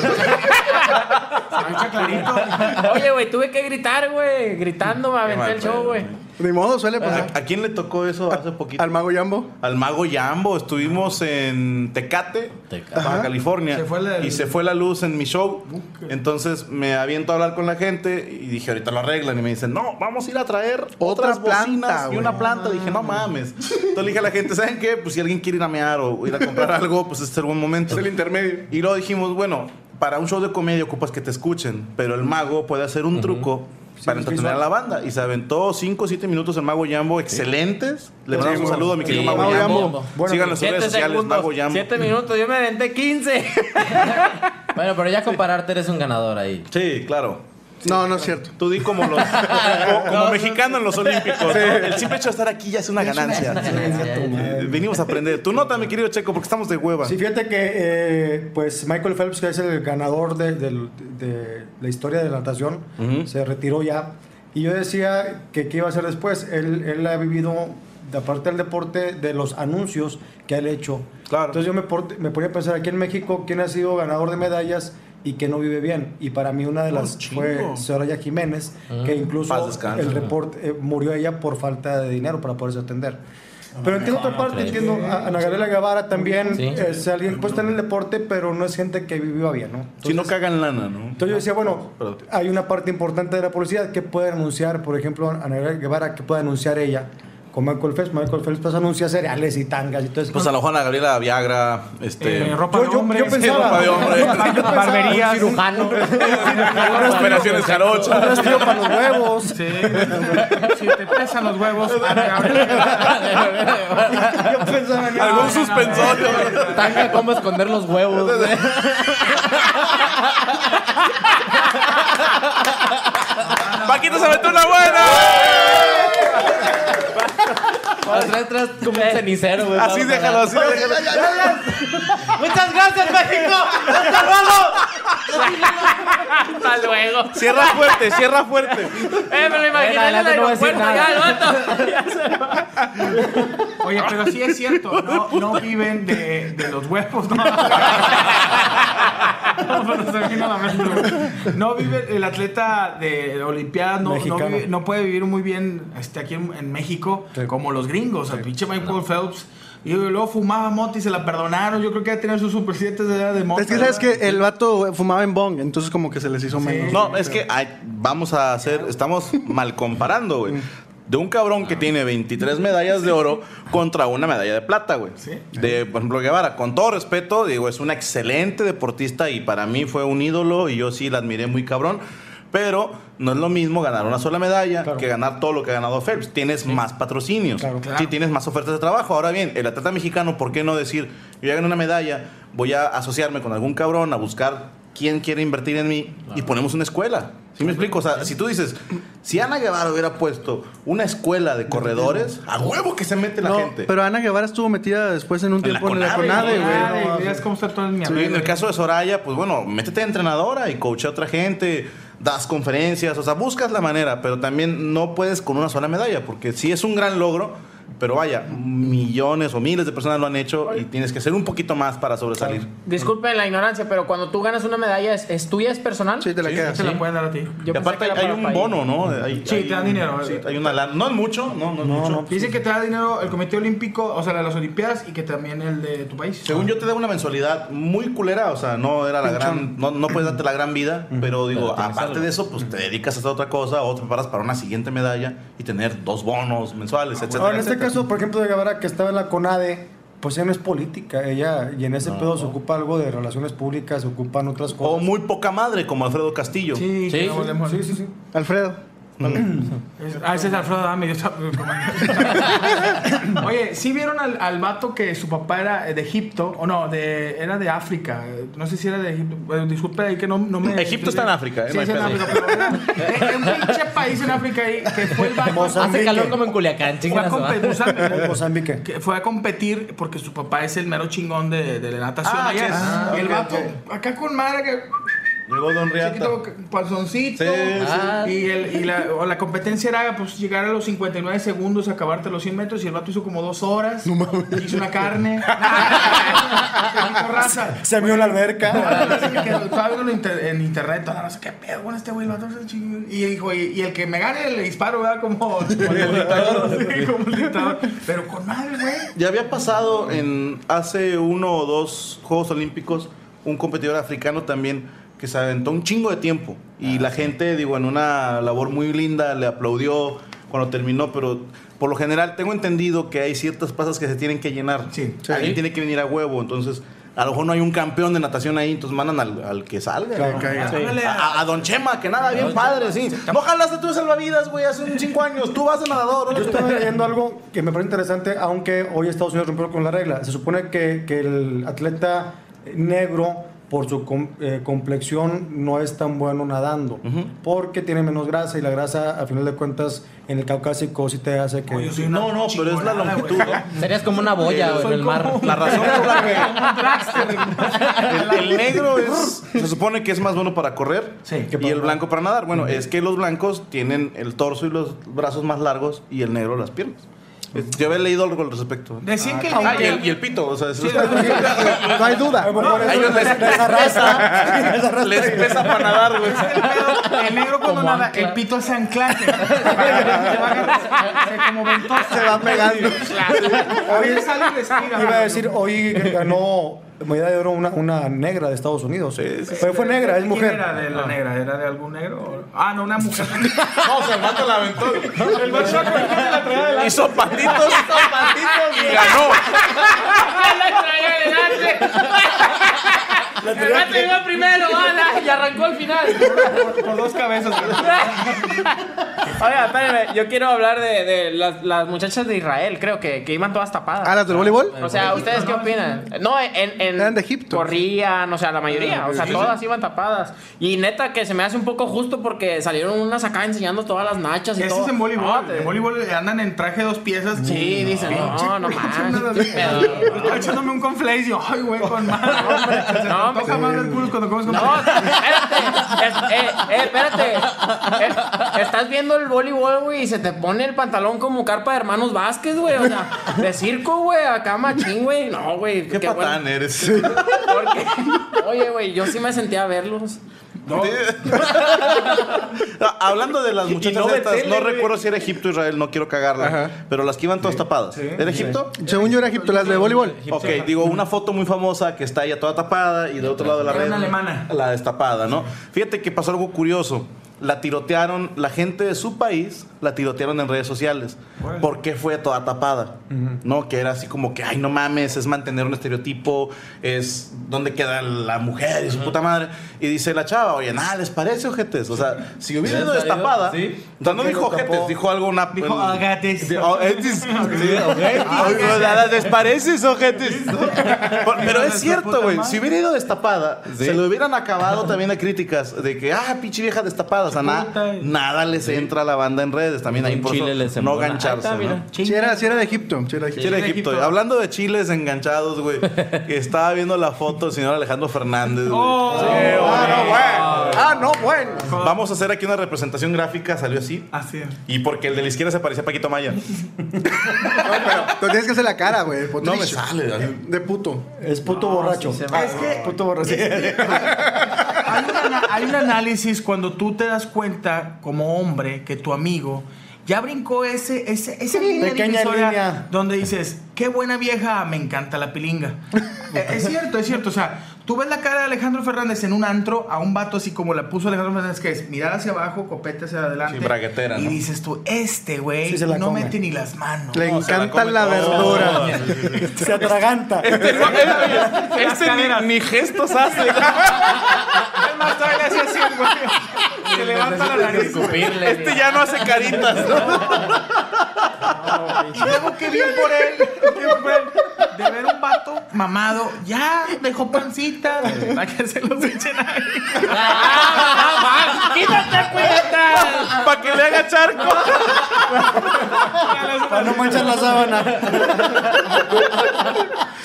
Speaker 7: oye, güey, tuve que gritar, güey. Gritando me aventé el show, güey.
Speaker 8: Ni modo,
Speaker 3: Ah,
Speaker 8: suele pasar.
Speaker 3: ¿A, a quién le tocó eso hace poquito?
Speaker 8: Ah. Al mago Jambo.
Speaker 3: Al mago Yambo. Estuvimos en Tecate,
Speaker 4: Tecate.
Speaker 3: Baja California.
Speaker 6: Se fue la-
Speaker 3: Y se fue la luz en mi show.
Speaker 8: Uh,
Speaker 3: Entonces me aviento a hablar con la gente y dije, ahorita lo arreglan. Y me dicen, no, vamos a ir a traer
Speaker 8: Otra
Speaker 3: otras
Speaker 8: planta,
Speaker 3: bocinas y
Speaker 8: güey. Ah.
Speaker 3: una planta. dije, no mames. Entonces le dije a la gente, ¿saben qué? Pues si alguien quiere ir a mear o ir a comprar algo, pues este es el buen momento.
Speaker 8: Es el intermedio.
Speaker 3: Y luego dijimos, bueno, para un show de comedia ocupas que te escuchen, pero el mago puede hacer un truco para
Speaker 5: pues,
Speaker 3: entretener a la banda. Y se aventó 5 o 7 minutos el mago Jambo, excelentes. Le mandamos un saludo a mi querido
Speaker 7: Sí,
Speaker 3: mago
Speaker 7: Mago
Speaker 3: Jambo.
Speaker 7: Jambo.
Speaker 5: Bueno,
Speaker 3: Síganlo en sus
Speaker 7: Siete
Speaker 3: redes sociales,
Speaker 7: segundos,
Speaker 3: mago Jambo.
Speaker 7: siete minutos, yo me aventé 15.
Speaker 4: Bueno, pero ya compararte eres un ganador ahí.
Speaker 3: Sí, claro.
Speaker 8: No, no es cierto.
Speaker 3: Tú di como los como, como mexicano en los olímpicos. ¿no? El simple hecho de estar aquí ya es una ganancia. Eh, Venimos a aprender. Tu nota, mi querido Checo, porque estamos de hueva.
Speaker 5: Sí, fíjate que eh, pues Michael Phelps, que es el ganador de, del- de la historia de la natación, se retiró ya. Y yo decía que qué iba a hacer después. Él, él ha vivido, de aparte del deporte, de los anuncios que él ha hecho.
Speaker 3: Claro.
Speaker 5: Entonces yo me, por- me ponía a pensar aquí en México, ¿quién ha sido ganador de medallas y que no vive bien? Y para mí una de las
Speaker 3: Oh, chingo.
Speaker 5: fue Soraya Jiménez, que
Speaker 3: Ah, Paz
Speaker 5: incluso
Speaker 3: descanse.
Speaker 5: el reporte eh, murió ella por falta de dinero para poderse atender. Pero entiendo otra parte,
Speaker 4: crees.
Speaker 5: entiendo a Ana Gabriela Guevara también,
Speaker 4: Sí.
Speaker 5: es alguien pues está en el deporte, pero no es gente que vivió bien, ¿no? Entonces,
Speaker 3: si no cagan lana, ¿no?
Speaker 5: entonces yo decía, bueno,
Speaker 3: Perdón.
Speaker 5: hay una parte importante de la publicidad que puede anunciar, por ejemplo, Ana Gabriela Guevara, que puede anunciar ella con Michael Phelps. Michael Phelps pues anuncia cereales y tangas y todo eso.
Speaker 3: Pues a lo mejor a Gabriela Viagra, este.
Speaker 6: Eh, ropa de
Speaker 5: Yo- yo-
Speaker 6: hombre.
Speaker 5: yo pensaba-
Speaker 3: ropa de hombre.
Speaker 5: Yo pensaba,
Speaker 6: Barberías.
Speaker 7: Cirujano.
Speaker 3: Operaciones
Speaker 5: Un
Speaker 3: jarochas.
Speaker 5: rastrillo para los huevos.
Speaker 6: Sí. Si te pesan los huevos, ábrele.
Speaker 5: Yo pensaba en
Speaker 3: Algún suspensorio.
Speaker 4: Tanga, ¿cómo esconder los huevos? güey?
Speaker 3: Paquito se aventó una buena.
Speaker 4: Atrás, atrás, como un cenicero, güey.
Speaker 3: Así déjalo, así déjalo.
Speaker 7: Muchas gracias, México. Hasta luego. Hasta luego.
Speaker 3: Cierra fuerte, cierra fuerte.
Speaker 7: Eh, me lo
Speaker 4: Bueno,
Speaker 7: imaginé en el
Speaker 4: adelante, no voy a decir
Speaker 7: aeropuerto ya, el vato.
Speaker 6: Oye, pero sí es cierto, no, no viven de, de los huevos, ¿no? No, pero se me vino a la mente, güey. No vive el atleta de Olimpiadas, no, no,
Speaker 5: Mexicano.
Speaker 6: vive- no puede vivir muy bien este, aquí en, en México,
Speaker 5: Sí.
Speaker 6: como los gringos, el pinche Michael Phelps. Y luego fumaba mota y se la perdonaron. Yo creo que ya tenía sus super 7 de, de mota.
Speaker 8: Es que sabes que el vato fumaba en bong, entonces como que se les hizo menos.
Speaker 3: No, es que ay, vamos a hacer, estamos mal comparando, güey. De un cabrón que tiene 23 medallas de oro contra una medalla de plata, güey. De, por ejemplo, Guevara. Con todo respeto, digo, es un excelente deportista y para mí fue un ídolo y yo sí la admiré muy cabrón. Pero no es lo mismo ganar una sola medalla
Speaker 5: Claro.
Speaker 3: que ganar todo lo que ha ganado Phelps. Tienes más patrocinios.
Speaker 5: Claro, claro.
Speaker 3: Sí, tienes más ofertas de trabajo. Ahora bien, el atleta mexicano, ¿por qué no decir, yo ya gané una medalla, voy a asociarme con algún cabrón a buscar quién quiere invertir en mí y ponemos una escuela? ¿Sí me explico? O sea, si tú dices, si Ana Guevara hubiera puesto una escuela de corredores, a huevo que se mete la
Speaker 8: No,
Speaker 3: gente.
Speaker 8: pero Ana Guevara estuvo metida después en un
Speaker 3: En la
Speaker 8: tiempo en la
Speaker 3: CONADE,
Speaker 8: CONADE, güey.
Speaker 6: Ah, de- ya es como está todo el mierda.
Speaker 3: Y en el caso de Soraya, pues bueno, métete de entrenadora y coachea a otra gente, das conferencias, o sea, buscas la manera, pero también no puedes con una sola medalla, porque sí es un gran logro, Pero vaya, millones o miles de personas lo han hecho y tienes que ser un poquito más para sobresalir.
Speaker 7: Disculpen la ignorancia, pero cuando tú ganas una medalla, ¿es, es tuya? ¿Es personal?
Speaker 8: Sí, te la quedas.
Speaker 6: Se la pueden dar a ti.
Speaker 7: Yo
Speaker 3: y
Speaker 7: pensé
Speaker 3: aparte
Speaker 7: que era
Speaker 3: hay
Speaker 7: para
Speaker 3: un
Speaker 7: país.
Speaker 3: bono, ¿no? Hay-
Speaker 6: Sí,
Speaker 3: hay-
Speaker 6: te dan dinero. eh.
Speaker 3: Sí, hay una lana. No es mucho, no, no es mucho.
Speaker 6: Dice que te da dinero el Comité Olímpico, o sea, la de las Olimpiadas y que también el de tu país.
Speaker 8: Ah.
Speaker 3: Según yo te da una mensualidad muy culera, o sea, no era la gran, no, no puedes darte la gran vida, pero digo,
Speaker 4: tienes
Speaker 3: aparte
Speaker 4: algo.
Speaker 3: de eso, pues te dedicas a hacer otra cosa o te preparas para una siguiente medalla y tener dos bonos mensuales, etcétera.
Speaker 5: Ahora, en este
Speaker 3: etcétera.
Speaker 5: caso, por ejemplo, de Guevara, que estaba en la CONADE, pues ella no es política, ella, y en ese pedo se ocupa algo de relaciones públicas, se ocupan otras
Speaker 3: o
Speaker 5: cosas.
Speaker 3: muy poca madre como Alfredo Castillo.
Speaker 6: Sí,
Speaker 4: Sí.
Speaker 6: que no volvemos.
Speaker 5: Sí, sí, sí.
Speaker 8: Alfredo.
Speaker 6: Es- Ah, ese es Alfredo Adame. yo estaba- Oye, ¿sí vieron al, al vato que su papá era de Egipto? O no, de, era de África. eh, No sé si era de Egipto. Bueno, disculpe ahí que no, no me...
Speaker 3: Egipto está en África, eh,
Speaker 6: Sí,
Speaker 3: no hay
Speaker 6: es en
Speaker 3: pedo.
Speaker 6: África, pero era- era, un pinche país en África ahí que fue el vato...
Speaker 4: Hace
Speaker 5: Mozambique.
Speaker 4: calor como en Culiacán,
Speaker 6: Fue a
Speaker 4: chingas.
Speaker 6: competir, usa-
Speaker 5: Mozambique.
Speaker 6: que fue a competir porque su papá es el mero chingón de, de la natación
Speaker 3: Ah,
Speaker 6: allá.
Speaker 3: que es- ah,
Speaker 6: y el
Speaker 3: ok,
Speaker 6: vato,
Speaker 3: ok.
Speaker 6: acá con madre que...
Speaker 3: Llegó Don Riata.
Speaker 6: Chiquito panzoncito.
Speaker 3: Sí, sí.
Speaker 4: Ah.
Speaker 6: Y, el- y la, o la competencia era pues llegar a los 59 segundos, acabarte los 100 metros. Y el vato hizo como dos horas. Hizo una carne. Se quitó raza.
Speaker 5: Se vio en la alberca.
Speaker 6: Que Estaba viendo en inter- en internet toda la raza, qué pedo con este güey, el vato se chingó. Y dijo, y, y el que me gane le disparo, ¿verdad? Como, como el dictador. sí, como el dictador. Pero con madre, güey.
Speaker 3: Ya había pasado en hace uno o dos Juegos Olímpicos un competidor africano también que se aventó un chingo de tiempo y la gente, digo, en una labor muy linda le aplaudió cuando terminó, pero por lo general tengo entendido que hay ciertas pasas que se tienen que llenar.
Speaker 6: Sí.
Speaker 3: Alguien tiene que venir a huevo, entonces a lo mejor no hay un campeón de natación ahí, entonces mandan al, al que salga.
Speaker 8: Que
Speaker 3: ¿no?
Speaker 8: caiga.
Speaker 3: Sí. A, a- a Don Chema, que nada, bien padre, sí. No jalaste tú de salvavidas, güey, hace un cinco años. Tú vas de nadador.
Speaker 5: Yo
Speaker 3: órale.
Speaker 5: estaba leyendo algo que me parece interesante, aunque hoy Estados Unidos rompió con la regla. Se supone que, que el atleta negro, por su com- eh, complexión, no es tan bueno nadando, porque tiene menos grasa y la grasa, a final de cuentas, en el caucásico sí te hace que...
Speaker 6: Yo soy una
Speaker 3: No, no, pero es la
Speaker 6: chingonada, güey.
Speaker 3: longitud. ¿no?
Speaker 4: Serías como una boya güey, en el mar.
Speaker 3: La razón por la que el, el negro es, se supone que es más bueno para correr
Speaker 6: Sí, que
Speaker 3: y el blanco para nadar. Bueno, es que los blancos tienen el torso y los brazos más largos y el negro las piernas. Eh, Yo había leído algo al respecto.
Speaker 6: Decían que
Speaker 3: Ah, y el, y el pito, o sea, es-
Speaker 5: No hay duda.
Speaker 3: a ellos les, les pesa para nadar, güey.
Speaker 6: El pedo, El negro cuando
Speaker 4: Como
Speaker 6: nada,
Speaker 4: ancla.
Speaker 6: el pito hace anclaje. Se va agarrando, se- como ventosa.
Speaker 5: Se va pegando.
Speaker 6: Oye, sale y respira.
Speaker 5: Iba a decir, hoy ganó medalla de oro una, una negra de Estados Unidos. Pero fue negra, es
Speaker 6: ¿Quién
Speaker 5: mujer.
Speaker 6: era de la negra? ¿Era de algún negro? Ah, no, una mujer.
Speaker 3: No, se mata la aventura.
Speaker 6: El macho acá se la traía de la-
Speaker 3: Hizo patitos, hizo patitos y ganó.
Speaker 7: Ah, ¡La traía adelante! ¡El vato iba primero, ala! Y arrancó al final.
Speaker 6: por, por dos cabezas.
Speaker 7: Oiga, espérenme, yo quiero hablar de, de las, las muchachas de Israel, creo que, que iban todas tapadas.
Speaker 8: Ah, las del voleibol.
Speaker 7: O sea, ¿ustedes qué opinan? No, en, en-
Speaker 8: Eran de Egipto.
Speaker 7: Corrían, o sea, la mayoría. O sea, todas iban tapadas. Y neta que se me hace un poco justo porque salieron unas acá enseñando todas las nachas y
Speaker 6: Ese
Speaker 7: todo.
Speaker 6: es en voleibol.
Speaker 7: Ah, te-
Speaker 6: En voleibol andan en traje dos piezas.
Speaker 7: Sí, dicen, no, no manches.
Speaker 6: Yo Estaba echándome un conflace y yo, ay, güey, con madre. hombre, se te
Speaker 7: No,
Speaker 6: antoja más el culo cuando comes con
Speaker 7: No, espérate. Es- eh, eh, espérate. Eh, estás viendo el voleibol, güey, y se te pone el pantalón como carpa de hermanos Vázquez, güey. O sea, de circo, güey, acá machín, güey. No, güey.
Speaker 3: Qué
Speaker 7: bueno.
Speaker 3: patán eres.
Speaker 7: Porque- oye, güey, yo sí me sentía a verlos.
Speaker 3: Ah, Hablando de las muchachas
Speaker 4: no ve
Speaker 3: estas,
Speaker 4: tele,
Speaker 3: no
Speaker 4: güey.
Speaker 3: recuerdo si era Egipto o Israel, no quiero cagarla, pero las que iban todas tapadas. ¿Era Egipto?
Speaker 8: Según yo era Egipto, las de voleibol.
Speaker 3: Ok, digo, una foto muy famosa que está ella toda tapada y del otro lado de la
Speaker 6: Era
Speaker 3: red.
Speaker 6: una alemana.
Speaker 3: La destapada, ¿no? Fíjate que pasó algo curioso. La tirotearon, la gente de su país la tirotearon en redes sociales. Porque fue toda tapada? ¿No? Que era así como que, ay, no mames, es mantener un estereotipo, es donde queda la mujer y su puta madre. Y dice la chava, oye, nada, ¿les parece, ojetes? O sea, si hubiera ido
Speaker 4: salido,
Speaker 3: destapada,
Speaker 4: sí.
Speaker 3: o sea, no dijo
Speaker 5: tapó.
Speaker 3: ojetes, dijo algo, una. pues, "Oh,
Speaker 6: Dijo, "Agates".
Speaker 3: Sí, ojetes. Sí, ojetes. O sea, ¿Les parece, ojetes? Por- Ah, Pero es cierto, güey. Si hubiera ido destapada, se le hubieran acabado también a críticas de que, ah, pinche vieja destapada. O sea, nada, nada les entra a la banda en redes. También ahí
Speaker 4: En
Speaker 3: por
Speaker 4: Chile
Speaker 3: eso
Speaker 4: les
Speaker 3: no
Speaker 4: embona.
Speaker 3: gancharse.
Speaker 4: Ahí está,
Speaker 3: ¿no?
Speaker 4: mira.
Speaker 8: Si era, sí era de Egipto. sí era de Egipto.
Speaker 3: Chile, Egipto. Hablando de chiles enganchados, güey. que Estaba viendo la foto del señor Alejandro Fernández. Oh, güey. Sí, güey.
Speaker 8: Ah, no, güey. Ah, Ah, no, bueno.
Speaker 3: Vamos a hacer aquí una representación gráfica, salió así.
Speaker 6: Así es.
Speaker 3: Y porque el de la izquierda se parecía a Paquito Maya.
Speaker 8: No, pero tú tienes que hacer la cara, güey.
Speaker 3: No me
Speaker 8: potrillo.
Speaker 3: sale, Daniel.
Speaker 8: De puto.
Speaker 5: Es puto borracho.
Speaker 4: sí se
Speaker 5: Ah, Puto borracho.
Speaker 6: Hay un, ana- hay un análisis cuando tú te das cuenta como hombre que tu amigo ya brincó ese, ese, esa línea
Speaker 5: Pequeña
Speaker 6: divisoria
Speaker 5: línea.
Speaker 6: donde dices, qué buena vieja, me encanta la pilinga. Eh, es cierto, es cierto. O sea, tú ves la cara de Alejandro Fernández en un antro a un vato así como la puso Alejandro Fernández, que es mirar hacia abajo, copete hacia adelante.
Speaker 3: Sí, braguetera,
Speaker 6: Y
Speaker 3: ¿no?
Speaker 6: dices tú, este güey
Speaker 5: Sí se la
Speaker 6: no
Speaker 5: come.
Speaker 6: mete ni las manos.
Speaker 8: Le
Speaker 3: No, se la
Speaker 8: encanta
Speaker 3: come
Speaker 8: la,
Speaker 3: toda.
Speaker 8: verdura.
Speaker 5: Se atraganta.
Speaker 3: Este ni, ni gestos hace.
Speaker 6: Además, todavía le hace así el güey. Se levanta la nariz.
Speaker 4: Escupirle.
Speaker 3: Este ya no hace caritas. ¿no?
Speaker 6: Y luego que bien por él, qué bien por él, de ver un vato mamado, ya dejó pancita, para que se los echen ahí.
Speaker 7: ¡Ah, va! ¡Quítate, puñetas!
Speaker 3: Para que le haga charco.
Speaker 5: Para no manchar la sábana.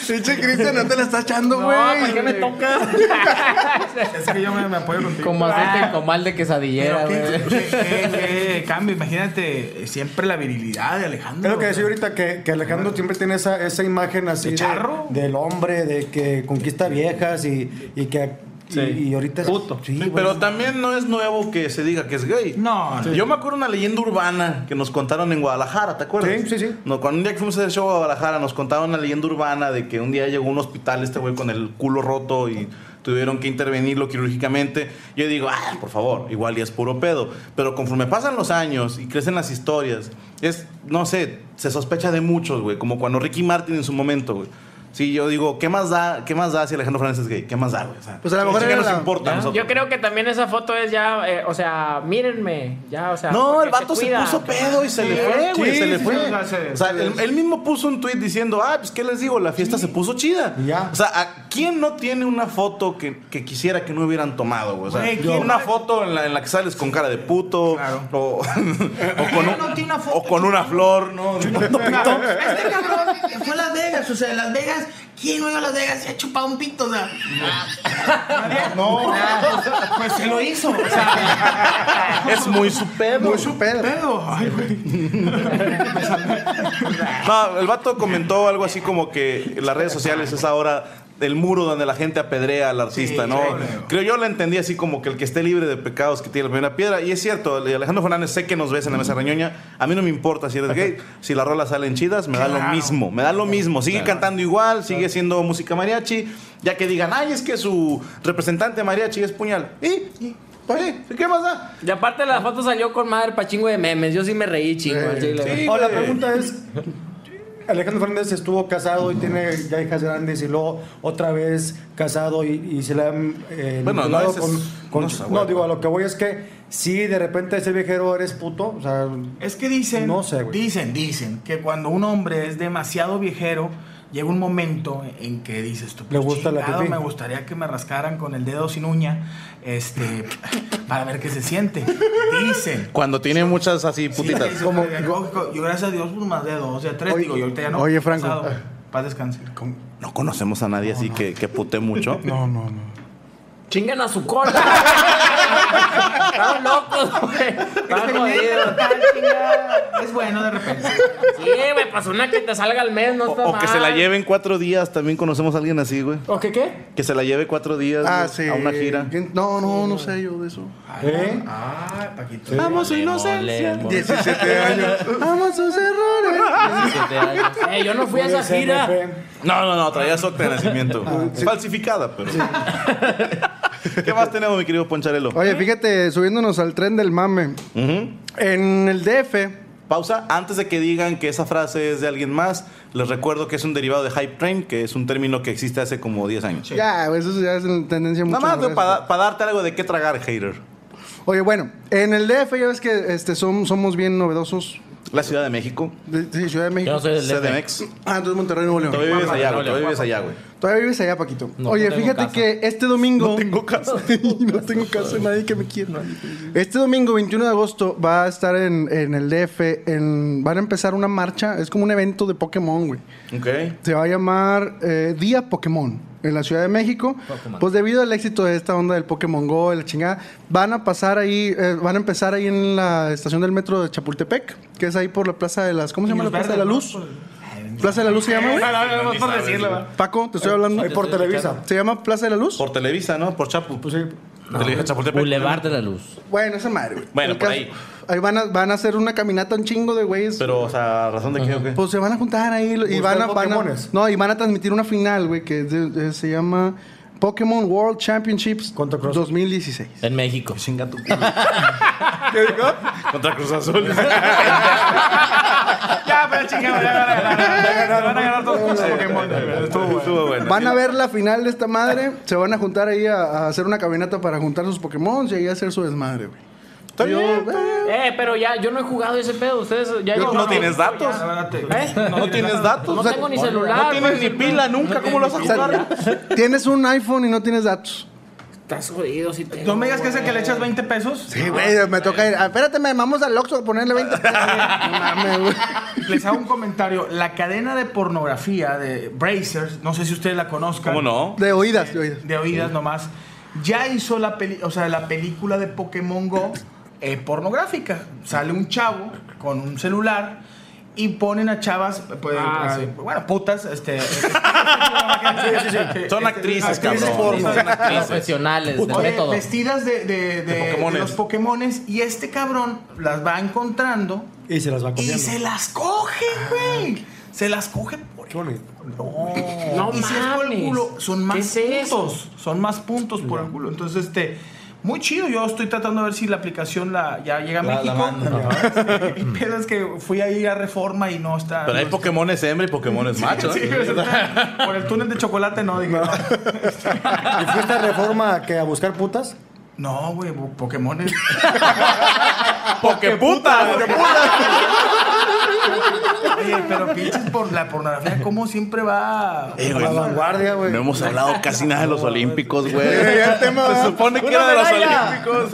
Speaker 8: Pinche Cristian, no te la está echando, güey.
Speaker 7: ¿Por qué me toca?
Speaker 6: Es que yo me, me apoyo contigo.
Speaker 4: Como aceite en comal de quesadillera,
Speaker 6: Pero
Speaker 4: güey.
Speaker 6: qué, qué- qué- qué cambio, imagínate, eh, siempre la virilidad de Alejandro.
Speaker 5: Es lo que decía ahorita, que, que Alejandro siempre tiene esa, esa imagen así.
Speaker 6: ¿De charro?
Speaker 5: del hombre, de que conquista viejas y, y que. y- Y, ahorita. Puto. Sí, güey.
Speaker 3: Pero también no es nuevo que se diga que es gay.
Speaker 6: No, no.
Speaker 3: Yo me acuerdo una leyenda urbana que nos contaron en Guadalajara, ¿te acuerdas?
Speaker 5: Sí, sí, sí.
Speaker 3: No, cuando un día que fuimos a hacer show a Guadalajara, nos contaron una leyenda urbana de que un día llegó a un hospital este güey con el culo roto y tuvieron que intervenirlo quirúrgicamente. Yo digo, ah, por favor, igual y es puro pedo. Pero conforme pasan los años y crecen las historias, es, no sé, se sospecha de muchos, güey. Como cuando Ricky Martin en su momento, güey. Sí, yo digo, ¿qué más da, qué más da si Alejandro Fernández es gay? ¿Qué más da, güey? O sea,
Speaker 8: Pues a lo mejor
Speaker 3: ¿qué nos
Speaker 8: era la-
Speaker 3: importa a nosotros?
Speaker 7: Yo creo que también esa foto es ya, eh, o sea, mírenme, ya, o sea.
Speaker 3: No,
Speaker 7: porque
Speaker 3: el vato se,
Speaker 7: cuida.
Speaker 3: puso pedo y se le fue, güey.
Speaker 6: sí,
Speaker 3: se le
Speaker 6: sí,
Speaker 3: fue.
Speaker 6: o sea, se-
Speaker 3: o sea,
Speaker 6: se-
Speaker 3: él, él mismo puso un tweet diciendo, ah, pues qué les digo, la fiesta se puso chida.
Speaker 5: Y ya.
Speaker 3: O sea, ¿a quién no tiene una foto que, que quisiera que no hubieran tomado, güey? O sea,
Speaker 6: Güey, ¿quién
Speaker 3: una
Speaker 6: no-
Speaker 3: foto en la, en la que sales con cara de puto.
Speaker 6: Claro.
Speaker 3: O, o con
Speaker 6: ¿Quién
Speaker 3: un-
Speaker 6: no tiene una foto
Speaker 3: o con una flor, ¿no?
Speaker 6: Este cabrón fue a Las Vegas, o sea, Las Vegas, ¿quién no iba a Las Vegas y ha chupado un pito? O sea, no, pues se lo hizo, o sea,
Speaker 3: es muy su pedo.
Speaker 8: Muy su pedo.
Speaker 6: pedo. Ay, güey.
Speaker 3: No, el vato comentó algo así como que las redes sociales es ahora el muro donde la gente apedrea al artista,
Speaker 6: Sí,
Speaker 3: ¿no?
Speaker 6: sí, creo.
Speaker 3: Creo yo lo entendí así como que el que esté libre de pecados que tiene la primera piedra. Y es cierto, eh, Alejandro Fernández, sé que nos ves en la mesa reñoña. A mí no me importa si eres gay. Si las rolas salen chidas, me da lo
Speaker 6: Claro.
Speaker 3: mismo. Me da lo mismo. Sigue cantando igual, sigue siendo música mariachi. Ya que digan, ay, es que su representante mariachi es puñal. ¿Y? ¿Y? Oye, ¿Qué más da?
Speaker 7: Y aparte la foto salió con madre pa' chingo de memes, yo sí me reí chingo. al chile.
Speaker 3: Sí,
Speaker 5: Ahora, la
Speaker 3: güey.
Speaker 5: pregunta es. Alejandro Fernández estuvo casado y tiene ya hijas grandes y luego otra vez casado y, y se le han eh,
Speaker 3: Bueno,
Speaker 5: vinculado
Speaker 3: no, ese es-
Speaker 5: con,
Speaker 3: no
Speaker 5: con-
Speaker 3: sé,
Speaker 5: no
Speaker 3: güey.
Speaker 5: digo a lo que voy es que si de repente ese viejero eres puto o sea
Speaker 6: Es que dicen,
Speaker 5: No sé, güey.
Speaker 6: dicen, dicen que cuando un hombre es demasiado viejero, llega un momento en que dices tú, "Pues
Speaker 5: Le gusta la
Speaker 6: "Chingado,
Speaker 5: pipí".
Speaker 6: me gustaría que me rascaran con el dedo sin uña, este, para ver qué se siente. Dicen.
Speaker 3: Cuando tiene muchas así
Speaker 6: Sí,
Speaker 3: putitas.
Speaker 6: dices, yo, yo- yo gracias a Dios pues, más de dos, o sea, tres,
Speaker 8: Oye,
Speaker 6: digo, yo ahorita ya no.
Speaker 8: oye, Franco.
Speaker 6: casado. Paz descanse.
Speaker 3: No conocemos a nadie así que, que pute mucho.
Speaker 8: No, no, no.
Speaker 7: Chingan a su cola. Estaban locos, güey. Estaban jodidos.
Speaker 6: Es bueno de repente.
Speaker 7: Sí, güey, pasó una que te salga al mes, no
Speaker 3: O,
Speaker 7: está
Speaker 3: o que se la
Speaker 7: mal.
Speaker 3: lleven cuatro días, también conocemos a alguien así, güey.
Speaker 7: ¿O que qué?
Speaker 3: Que se la lleve cuatro días
Speaker 8: Ah,
Speaker 3: güey,
Speaker 8: sí.
Speaker 3: a una gira.
Speaker 8: ¿Quién- No, no, no sé yo de eso.
Speaker 5: ¿eh?
Speaker 6: Ah, Paquito.
Speaker 3: Vamos, su inocencia.
Speaker 8: 17 años. Vamos sus errores.
Speaker 7: Eh, yo no fui a esa
Speaker 5: Se me
Speaker 7: gira.
Speaker 5: fue.
Speaker 3: No, no, no, traía soc de nacimiento.
Speaker 8: Ah,
Speaker 3: Falsificada, pero. ¿Qué más tenemos, mi querido Poncharelo?
Speaker 8: Oye, fíjate, subiéndonos al tren del mame.
Speaker 3: Ujú.
Speaker 8: En el DF,
Speaker 3: Pausa. Antes de que digan que esa frase es de alguien más, les recuerdo que es un derivado de hype train, que es un término que existe hace como 10 años.
Speaker 8: ya, güey, eso ya es una tendencia mucho
Speaker 3: Nada más
Speaker 8: más
Speaker 3: para darte algo de qué tragar, hater.
Speaker 8: Oye, bueno, en el DF ya ves que este, som- somos bien novedosos.
Speaker 3: La Ciudad de México,
Speaker 8: De, sí, Ciudad de
Speaker 4: Yo
Speaker 8: México.
Speaker 4: no soy del DF.
Speaker 3: CDMX.
Speaker 8: Ah, entonces Monterrey, Nuevo León.
Speaker 3: Todavía vives allá, güey. Todavía vives allá, güey.
Speaker 8: Todavía vives allá, Paquito.
Speaker 4: No,
Speaker 8: Oye,
Speaker 4: no tengo
Speaker 8: fíjate
Speaker 4: casa.
Speaker 8: que este domingo...
Speaker 3: No tengo casa.
Speaker 8: Y no tengo caso de nadie que me quiera. Este domingo, 21 de agosto, va a estar en, en el DF. En, van a empezar una marcha. Es como un evento de Pokémon, güey.
Speaker 3: Ok.
Speaker 8: Se va a llamar eh, Día Pokémon. en la Ciudad de México. Pues debido al éxito de esta onda del Pokémon Go, de la chingada, van a pasar ahí, eh, van a empezar ahí en la estación del metro de Chapultepec, que es ahí por la Plaza de las, ¿cómo se llama la Plaza de la Luz? Plaza de la Luz se llama, güey.
Speaker 6: No, no, no, por decirlo. va.
Speaker 8: Paco, te estoy hablando.
Speaker 5: Ahí por Televisa.
Speaker 8: ¿Se llama Plaza de la Luz?
Speaker 3: Por Televisa, ¿no? Por Chapu.
Speaker 5: Pues sí.
Speaker 3: Televisa Chapultepec.
Speaker 4: Boulevard de la Luz.
Speaker 8: Bueno, esa madre, güey.
Speaker 3: Bueno,
Speaker 8: El
Speaker 3: por
Speaker 8: caso-
Speaker 3: ahí.
Speaker 8: Ahí van a, van a hacer una caminata un chingo de güeyes.
Speaker 3: Pero, o sea, ¿a ¿razón de qué o qué?
Speaker 8: Pues se van a juntar ahí lo- y
Speaker 5: Buscar
Speaker 8: van a, van a-
Speaker 5: Pokémones.
Speaker 8: no, y van a transmitir una final, güey, que es de- de- se llama Pokémon World Championships
Speaker 5: Contra Cross.
Speaker 8: 2016.
Speaker 4: En México.
Speaker 3: Chinga tu Contra Cruz Azul.
Speaker 6: Ya, pero chingada, ya ganaron. Van a ganar todos los Pokémon.
Speaker 3: Estuvo bueno. Estuvo bueno.
Speaker 8: Van a ver la final de esta madre, se van a juntar ahí a, a hacer una caminata para juntar sus Pokémon y ahí a hacer su desmadre, güey.
Speaker 3: Está
Speaker 8: Yo,
Speaker 3: bien.
Speaker 8: eh,
Speaker 7: Eh, pero ya, yo no he jugado ese pedo. Ustedes ya
Speaker 3: No,
Speaker 7: llegaron.
Speaker 3: tienes datos.
Speaker 7: ¿Eh?
Speaker 3: No tienes datos.
Speaker 7: No
Speaker 3: O sea,
Speaker 7: tengo ni celular.
Speaker 3: No tienes ni
Speaker 7: güey.
Speaker 3: pila nunca. ¿Cómo lo vas a
Speaker 8: o sea,
Speaker 3: jugar?
Speaker 8: tienes un iPhone y no tienes datos.
Speaker 7: Estás jodido si te.
Speaker 6: No me digas que es el que le echas 20 pesos.
Speaker 8: Sí, güey, me toca ir. ah, Espérate, me vamos al Oxxo a ponerle 20 pesos. No mames, güey.
Speaker 6: Les hago un comentario. La cadena de pornografía de Brazers, no sé si ustedes la conozcan.
Speaker 3: ¿Cómo no?
Speaker 8: De oídas, de oídas.
Speaker 6: De oídas nomás. Ya hizo la peli, o sea, la película de Pokémon Go eh, pornográfica. Sale un chavo con un celular y ponen a chavas, pues,
Speaker 7: Ah,
Speaker 6: a-
Speaker 7: sí.
Speaker 6: bueno, putas, este.
Speaker 3: Son actrices,
Speaker 6: actrices
Speaker 3: cabrón.
Speaker 6: porno.
Speaker 4: Profesionales del
Speaker 6: Oye,
Speaker 4: método.
Speaker 6: vestidas de, de- de-
Speaker 3: Pokémones.
Speaker 6: de los Pokémones y este cabrón las va encontrando
Speaker 5: Y se las va
Speaker 6: y
Speaker 5: comiendo.
Speaker 6: se las coge, güey. Se las coge por
Speaker 5: Qué bonito.
Speaker 6: No,
Speaker 7: No
Speaker 6: y si es por el
Speaker 7: mames.
Speaker 6: culo, son
Speaker 7: ¿Qué
Speaker 6: más
Speaker 7: es eso?
Speaker 6: puntos. Son más puntos por el culo. Entonces, este, muy chido. Yo estoy tratando de ver si la aplicación la, ya llega a
Speaker 3: La- la
Speaker 6: México. El pedo es que fui ahí a Reforma y no está.
Speaker 3: Pero hay
Speaker 6: no-
Speaker 3: Pokémones hembra y Pokémones macho.
Speaker 6: Sí,
Speaker 3: ¿eh?
Speaker 6: está- por el túnel de chocolate no, dije.
Speaker 5: ¿Y fue esta reforma que a buscar putas?
Speaker 6: No, güey, po- Pokémones.
Speaker 3: ¡Pokeputa!
Speaker 6: Oye, pero pinches por la pornografía, como siempre va.
Speaker 3: Eh,
Speaker 5: A
Speaker 3: güey,
Speaker 5: la
Speaker 3: no-
Speaker 5: vanguardia, güey.
Speaker 3: No hemos hablado casi nada de los Olímpicos, güey.
Speaker 8: Ya el tema,
Speaker 3: Se
Speaker 8: ¿verdad?
Speaker 3: supone que
Speaker 4: Una
Speaker 3: era de los
Speaker 4: medalla.
Speaker 3: Olímpicos.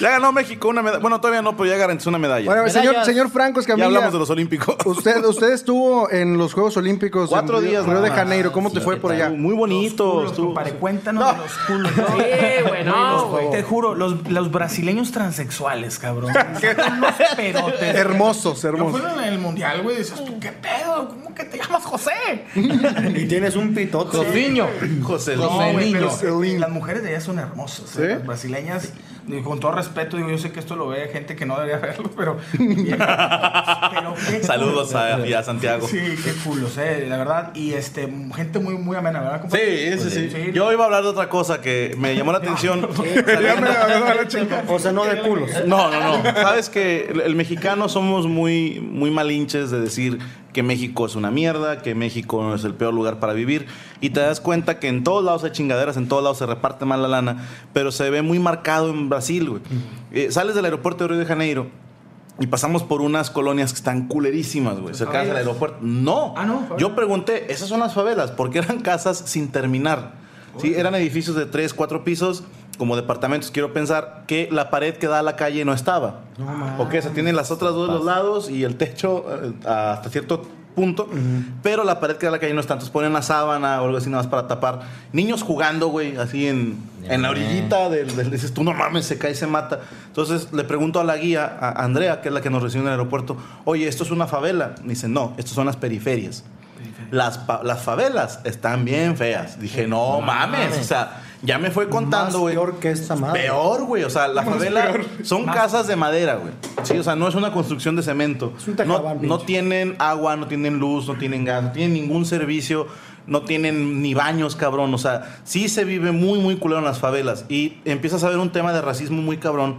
Speaker 3: Ya ganó México una medalla. Bueno, todavía no, pero ya garantizó una medalla.
Speaker 8: Bueno, a ver, señor,
Speaker 4: Medallas.
Speaker 8: señor Franco
Speaker 3: ya
Speaker 8: Escamilla.
Speaker 3: hablamos de los Olímpicos.
Speaker 8: Usted, usted estuvo en los Juegos Olímpicos.
Speaker 3: Cuatro
Speaker 8: en Río-
Speaker 3: días,
Speaker 8: Río
Speaker 3: nada
Speaker 8: de
Speaker 3: más.
Speaker 8: Janeiro. ¿Cómo te
Speaker 4: Sí,
Speaker 8: fue
Speaker 4: ¿qué
Speaker 8: por
Speaker 4: tal?
Speaker 8: allá?
Speaker 3: Muy bonito.
Speaker 6: Culos,
Speaker 3: estuvo-
Speaker 6: compadre, cuéntanos de los culos. ¿no?
Speaker 7: Sí, güey, no, güey.
Speaker 6: Te juro, los, los brasileños transexuales, cabrón. Son los pedotes.
Speaker 8: Hermosos,
Speaker 6: Yo fui
Speaker 8: hermosos.
Speaker 6: en el mundial, güey, y dices tú, ¿qué pedo? ¿Cómo que te llamas José?
Speaker 5: Y tienes un pitote.
Speaker 4: Josviño.
Speaker 3: José
Speaker 6: No,
Speaker 4: José
Speaker 6: güey,
Speaker 4: Niño.
Speaker 6: pero
Speaker 8: José Niño.
Speaker 6: las mujeres de allá son hermosas.
Speaker 8: ¿Sí?
Speaker 6: eh, Las brasileñas, digo, con todo respeto, digo, yo sé que esto lo ve gente que no debería verlo, pero. pero qué
Speaker 3: Saludos
Speaker 6: culos.
Speaker 3: a, y a Santiago. Sí,
Speaker 6: Sí, qué culos, eh, la verdad. Y este, gente muy, muy amena, ¿verdad? compadre?
Speaker 3: sí, Pues sí,
Speaker 6: Sí.
Speaker 3: Yo iba a hablar de otra cosa que me llamó la atención.
Speaker 5: O sea, no de culos.
Speaker 3: No, no, no. Sabes que el, el mexicano somos muy, muy malinches de decir que México es una mierda, que México es el peor lugar para vivir. Y te das cuenta que en todos lados hay chingaderas, en todos lados se reparte mal la lana, pero se ve muy marcado en Brasil, güey. Eh, sales del aeropuerto de Río de Janeiro y pasamos por unas colonias que están culerísimas, güey, cercanas al
Speaker 6: favelas?
Speaker 3: aeropuerto. No.
Speaker 6: Ah, no, favelas.
Speaker 3: Yo pregunté, esas son las favelas, porque eran casas sin terminar. Sí, eran edificios de tres, cuatro pisos, como departamentos, quiero pensar, que la pared que da a la calle no estaba. ok, se tienen las otras dos de los lados y el techo eh, hasta cierto punto, pero la pared que da a la calle no está. Entonces ponen una sábana o algo así nada más para tapar. Niños jugando, güey, así en, en la orillita del, del- Dices tú, no mames, se cae, se mata. Entonces le pregunto a la guía, a Andrea, que es la que nos recibe en el aeropuerto, oye, ¿esto es una favela? Me dice, no, estos son las periferias. Las, pa- las favelas están bien feas. Dije, no mames. O sea, ya me fue
Speaker 5: Más
Speaker 3: contando, güey.
Speaker 5: peor que esta madre.
Speaker 3: Peor, güey. O sea, la favela son casas de madera, güey. Sí, o sea, no es una construcción de cemento.
Speaker 5: Es un
Speaker 3: no,
Speaker 5: tejabán,
Speaker 3: no
Speaker 5: pinche.
Speaker 3: tienen agua, no tienen luz, no tienen gas, no tienen ningún servicio, no tienen ni baños, cabrón. O sea, sí se vive muy, muy culero en las favelas. Y empiezas a ver un tema de racismo muy cabrón.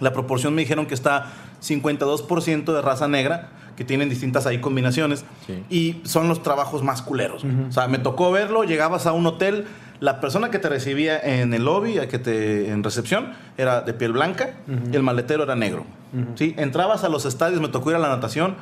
Speaker 3: La proporción me dijeron que está 52% de raza negra, que tienen distintas ahí combinaciones, y son los trabajos más culeros. O sea, me tocó verlo, llegabas a un hotel, la persona que te recibía en el lobby, a que te, en recepción, era de piel blanca, y el maletero era negro. ¿sí? Entrabas a los estadios, me tocó ir a la natación,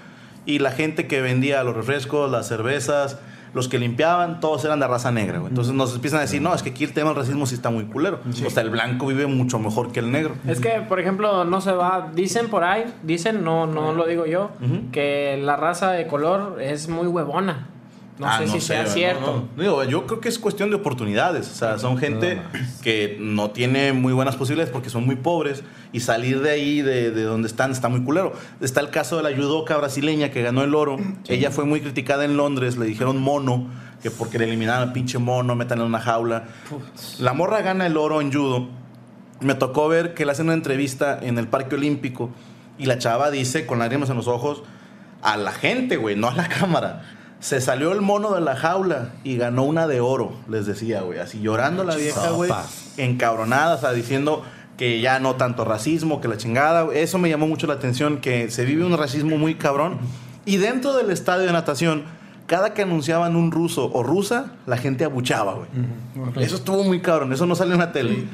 Speaker 3: y la gente que vendía los refrescos, las cervezas, los que limpiaban, todos eran de raza negra. güey. Entonces nos empiezan a decir, no, es que aquí el tema del racismo sí está muy culero. O sea, el blanco vive mucho mejor que el negro.
Speaker 7: Es que, por ejemplo, no se va. Dicen por ahí, dicen, no, no lo digo yo, que la raza de color es muy huevona. No
Speaker 3: Ah,
Speaker 7: sé si sea
Speaker 3: no,
Speaker 7: cierto.
Speaker 3: no. Digo, yo creo que es cuestión de oportunidades. O sea, son gente que no tiene muy buenas posibilidades porque son muy pobres y salir de ahí, de, de donde están, está muy culero. Está el caso de la judoka brasileña que ganó el oro. Ella fue muy criticada en Londres, le dijeron mono, que porque le eliminaron al pinche mono, metan en una jaula. La morra gana el oro en judo. Me tocó ver que le hacen una entrevista en el Parque Olímpico y la chava dice, con lágrimas en los ojos, a la gente, güey, no a la cámara. Se salió el mono de la jaula y ganó una de oro, les decía, güey. Así llorando la vieja, güey. Encabronada, o sea, diciendo que ya no tanto racismo, que la chingada. güey. Eso me llamó mucho la atención, que se vive un racismo muy cabrón. Y dentro del estadio de natación, cada que anunciaban un ruso o rusa, la gente abuchaba, güey. Eso estuvo muy cabrón, eso no sale en la tele.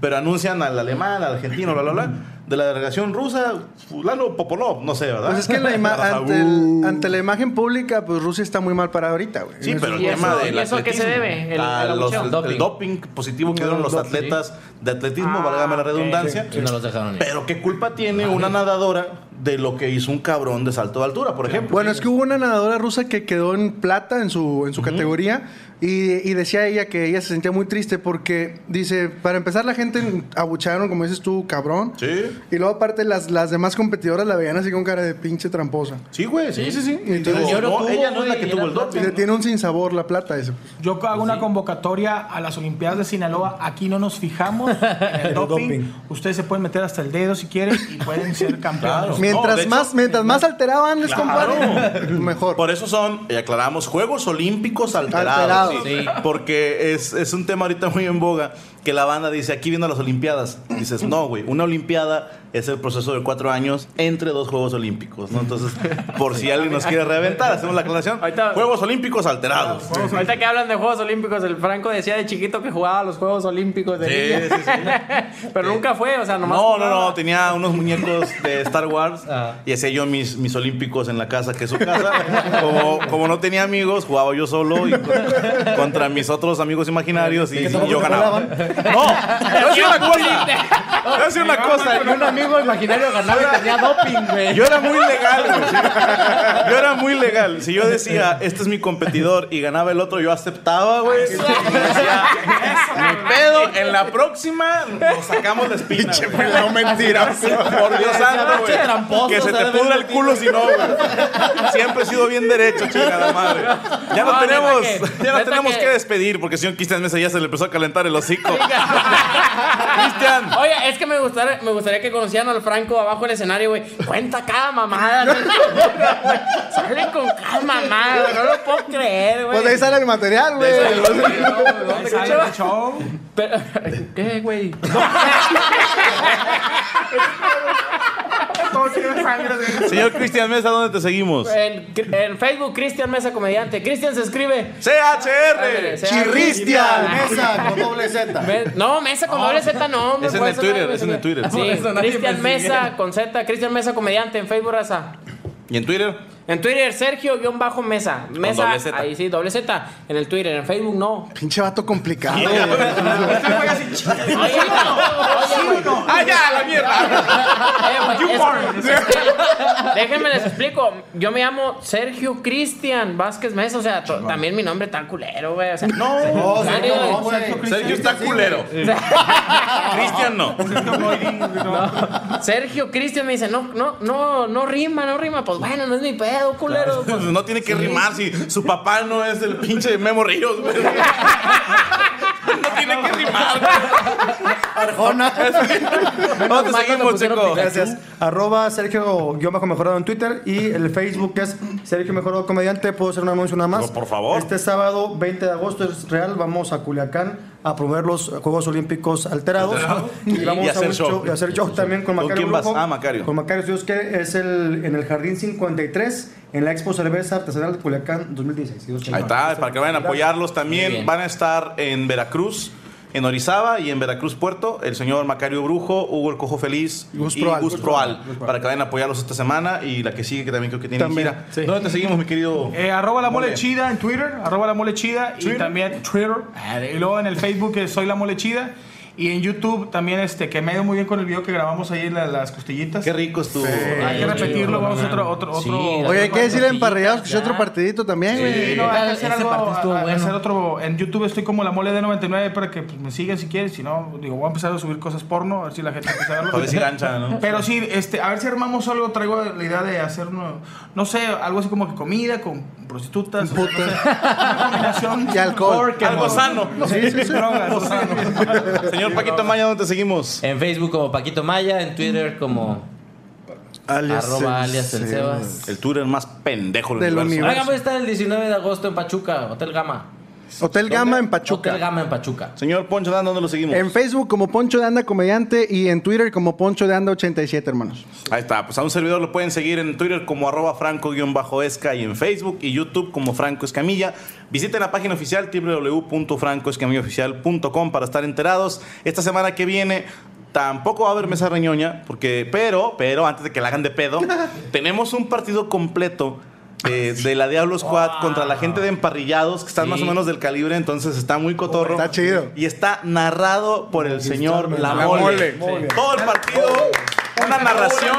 Speaker 3: Pero anuncian al alemán, al argentino, bla, bla, bla. De la delegación rusa, fulano Popolov, no sé, ¿verdad?
Speaker 8: Pues es que la ima- ante, el- ante la imagen pública, pues Rusia está muy mal parada ahorita, güey.
Speaker 3: Sí,
Speaker 8: En
Speaker 3: pero el
Speaker 7: ¿Y
Speaker 3: tema
Speaker 7: eso-
Speaker 3: del
Speaker 7: y eso a qué se
Speaker 3: atletismo.
Speaker 7: debe? El-
Speaker 3: A
Speaker 7: el
Speaker 3: los-
Speaker 7: abucheo.
Speaker 3: el, doping.
Speaker 7: Doping.
Speaker 3: positivo que dieron los
Speaker 7: Doping, sí.
Speaker 3: atletas de atletismo,
Speaker 7: Ah,
Speaker 3: valga la
Speaker 7: ok.
Speaker 3: redundancia.
Speaker 4: Y no los dejaron ir.
Speaker 3: Pero ¿qué culpa tiene una nadadora de lo que hizo un cabrón de salto de altura, por ejemplo?
Speaker 8: Bueno, es que hubo una nadadora rusa que quedó en plata en su, en su categoría y, y decía ella que ella se sentía muy triste porque dice, para empezar la gente abucharon, como dices tú, cabrón.
Speaker 3: Sí.
Speaker 8: Y luego aparte las, las demás competidoras la veían así con cara de pinche tramposa.
Speaker 3: Sí, güey. Sí, sí, sí.
Speaker 8: Entonces,
Speaker 3: Digo,
Speaker 7: yo no
Speaker 3: no,
Speaker 7: tuvo,
Speaker 3: ella no es la
Speaker 7: güey,
Speaker 3: que
Speaker 7: y
Speaker 3: tuvo
Speaker 7: era
Speaker 3: el
Speaker 8: Y
Speaker 3: doping.
Speaker 8: le tiene un sinsabor la plata ese.
Speaker 6: Yo hago una convocatoria a las Olimpiadas de Sinaloa. Aquí no nos fijamos en el doping.
Speaker 5: doping.
Speaker 6: Ustedes se pueden meter hasta el dedo si quieren y pueden ser campeones.
Speaker 3: Claro.
Speaker 8: Mientras
Speaker 3: de hecho-
Speaker 8: más, mientras más alterado andes, compadre, mejor.
Speaker 3: Por eso son, y aclaramos, Juegos Olímpicos alterados.
Speaker 8: Alterados.
Speaker 4: Sí.
Speaker 3: Porque es, es un tema ahorita muy en boga que la banda dice, aquí vienen las Olimpiadas. Dices, no, güey, una Olimpiada es el proceso de cuatro años entre dos Juegos Olímpicos, ¿no? Entonces, por si alguien nos quiere reventar, hacemos la aclaración.
Speaker 7: Ahorita-
Speaker 3: Juegos Olímpicos alterados.
Speaker 7: Ahorita que hablan de Juegos Olímpicos, el Franco decía de chiquito que jugaba a los Juegos Olímpicos de
Speaker 3: Sí,
Speaker 7: niño.
Speaker 3: sí,
Speaker 7: Pero nunca fue, o sea, nomás.
Speaker 3: No, no,
Speaker 7: jugaba.
Speaker 3: no, tenía unos muñecos de Star Wars
Speaker 4: Ah.
Speaker 3: y hacía yo mis, mis olímpicos en la casa, que es su casa. Como, como no tenía amigos, jugaba yo solo y contra, contra mis otros amigos imaginarios y,
Speaker 5: Que tampoco
Speaker 3: yo
Speaker 5: te
Speaker 3: ganaba. No,
Speaker 5: pelaban.
Speaker 3: te voy a decir una cosa. Te voy a decir una cosa.
Speaker 4: Un amigo imaginario ganaba y tenía doping, güey.
Speaker 3: Yo era muy legal, güey. Sí. Yo era muy legal. Si yo decía, este es mi competidor y ganaba el otro, yo aceptaba, güey. Y decía, Ni pedo, en la próxima nos sacamos la espina. güey".
Speaker 8: No mentiras.
Speaker 3: Por Dios santo, güey.
Speaker 4: tramposo,
Speaker 3: Que se te
Speaker 4: ¿sabes?
Speaker 3: pudra el culo si no, güey. Siempre he sido bien derecho, chingada madre. Ya no,
Speaker 7: No, neta
Speaker 3: tenemos,
Speaker 7: que-
Speaker 3: ya no
Speaker 7: neta
Speaker 3: tenemos
Speaker 7: que-
Speaker 3: que... despedir porque señor Cristian Mesa ya se le empezó a calentar el hocico. Cristian.
Speaker 7: Oye, es que me gustaría, me gustaría que conocieran al Franco abajo del escenario, güey. Cuenta cada mamada. güey. Sale con cada mamada, güey. no lo puedo creer, güey.
Speaker 8: Pues de ahí sale el material, güey.
Speaker 6: Ahí sale el show.
Speaker 7: Pero- ¿Qué, güey?
Speaker 6: Todo tiene sangre de-
Speaker 3: Señor Cristian Mesa, ¿dónde te seguimos?
Speaker 7: En, en Facebook, Cristian Mesa Comediante. Cristian se escribe.
Speaker 3: CHR.
Speaker 8: Chirristian.
Speaker 5: Mesa con doble Z.
Speaker 7: Me- no, Mesa con doble Z no. hombre,
Speaker 3: Es en
Speaker 7: por
Speaker 3: el
Speaker 7: eso
Speaker 3: Twitter,
Speaker 7: nadie me
Speaker 3: es en el
Speaker 7: sigue.
Speaker 3: Twitter.
Speaker 7: Sí,
Speaker 3: Por
Speaker 7: Cristian Mesa con Z, Cristian Mesa comediante en Facebook, raza.
Speaker 3: ¿Y en Twitter?
Speaker 7: En Twitter, Sergio-Mesa. Mesa,
Speaker 3: doble Z.
Speaker 7: ahí sí, doble Z. En el Twitter, en Facebook no.
Speaker 8: Pinche vato
Speaker 3: Ah,
Speaker 8: complicado.
Speaker 3: pues,
Speaker 6: Este güey así, "Ch-
Speaker 7: Oye, oye, güey.
Speaker 3: ¡Ah, ya! ¡La mierda!
Speaker 7: Eh, güey,
Speaker 6: You
Speaker 7: es-
Speaker 6: are.
Speaker 7: es que- Déjenme les explico. Yo me llamo Sergio Cristian Vázquez Mesa. O sea, to- también mi nombre está culero, güey. O sea,
Speaker 3: No.
Speaker 5: No,
Speaker 7: Nadie,
Speaker 5: Sergio, no,
Speaker 7: güey.
Speaker 5: Sergio
Speaker 3: Sergio
Speaker 5: Cristian.
Speaker 3: está culero. Cristian no. Pues
Speaker 7: Sergio Cristian me dice, no, no, no, no rima, no rima. Pues bueno, no es mi pedo, culero. pues.
Speaker 3: No tiene que rimar si su papá no es el pinche Memo Ríos, güey. No tiene que rimar, güey. ¿Dónde
Speaker 7: Nomás cuando
Speaker 3: seguimos,
Speaker 7: pusieron
Speaker 3: chico?
Speaker 7: Pikachu.
Speaker 5: Gracias. Arroba Sergio guión bajo mejorado en Twitter y el Facebook es Sergio Mejorado Comediante. Puedo hacer un anuncio nada más.
Speaker 3: No, por favor.
Speaker 5: Este sábado 20 de agosto es real. Vamos a Culiacán a promover los Juegos Olímpicos alterados.
Speaker 3: Alterados.
Speaker 5: Y vamos
Speaker 3: Y
Speaker 5: a
Speaker 3: hacer
Speaker 5: un
Speaker 3: show.
Speaker 5: Y hacer show también con
Speaker 3: ¿Con
Speaker 5: Macario.
Speaker 3: quién vas?
Speaker 5: Brujo.
Speaker 3: Ah, Macario.
Speaker 5: Con Macario Dios que es el, en el Jardín 53 en la Expo Cerveza Artesanal de Culiacán 2016. Dios quiera.
Speaker 3: Ahí está, para que vayan a apoyarlos también. Van a estar en Veracruz, en Orizaba y en Veracruz Puerto, el señor Macario Brujo, Hugo el Cojo Feliz
Speaker 8: Gus
Speaker 3: y
Speaker 8: Proal.
Speaker 3: Gus Proal. Para que vayan a apoyarlos esta semana y la que sigue, que también creo que tiene
Speaker 8: También,
Speaker 3: gira.
Speaker 8: sí.
Speaker 3: ¿Dónde te seguimos, mi querido?
Speaker 6: Eh, arroba la mole
Speaker 3: Mole.
Speaker 6: chida en Twitter, Eh, arroba la mole chida y
Speaker 3: Twitter.
Speaker 6: también Twitter. Y luego en el Facebook que soy la mole chida. Y en YouTube también, este, que me ha ido muy bien con el video que grabamos ahí, la- las costillitas.
Speaker 3: Qué rico estuvo.
Speaker 6: Hay que repetirlo, vamos a otro, otro,
Speaker 7: Sí,
Speaker 6: otro.
Speaker 8: Oye, hay que decirle
Speaker 7: Ya.
Speaker 8: emparrillados que es otro partidito también, güey.
Speaker 6: Sí, no, hay que hacer
Speaker 4: Ese
Speaker 6: algo,
Speaker 4: partido estuvo
Speaker 6: a- a-
Speaker 4: bueno.
Speaker 6: hacer otro, en YouTube estoy como la mole de 99 para que pues, me sigan si quieres, si no, digo, voy a empezar a subir cosas porno, a ver si la gente empieza a verlo.
Speaker 3: Para decir ancha, ¿no?
Speaker 6: Pero sí, este, a ver si armamos algo, traigo la idea de hacer, uno- no sé, algo así como que comida con prostitutas. o sea, no sé, una combinación.
Speaker 8: Y alcohol.
Speaker 3: Algo sano.
Speaker 8: Sí, sí, sí.
Speaker 6: Drogas, o sea,
Speaker 3: Señor Paquito Maya, ¿dónde te seguimos?
Speaker 4: En Facebook como Paquito Maya, en Twitter como arroba
Speaker 8: el
Speaker 4: alias el Sebas.
Speaker 3: El Twitter más pendejo del,
Speaker 8: Del
Speaker 3: universo.
Speaker 8: universo.
Speaker 4: Oigan, voy a estar el 19 de agosto en Pachuca, Hotel Gama.
Speaker 8: Hotel Gama en
Speaker 4: Hotel
Speaker 8: Pachuca.
Speaker 4: Gama en Pachuca.
Speaker 3: Señor Poncho Dan, ¿dónde lo seguimos?
Speaker 8: En Facebook como Poncho de Anda Comediante y en Twitter como Poncho de Anda 87, hermanos.
Speaker 3: Ahí está, pues a un servidor lo pueden seguir en Twitter como arroba franco-esca y en Facebook y YouTube como Franco Escamilla. Visiten la página oficial www.francoescamillaoficial.com para estar enterados. Esta semana que viene tampoco va a haber mesa reñoña, porque, pero, pero antes de que la hagan de pedo, tenemos un partido completo.
Speaker 8: Ah,
Speaker 3: eh, de la Diablo Squad contra la gente de emparrillados que están
Speaker 4: Sí.
Speaker 3: más o menos del calibre, entonces está muy cotorro.
Speaker 8: Está chido.
Speaker 3: Y está narrado por el señor La
Speaker 8: La
Speaker 3: Mole.
Speaker 8: Mole.
Speaker 3: Sí. Todo el partido, una narración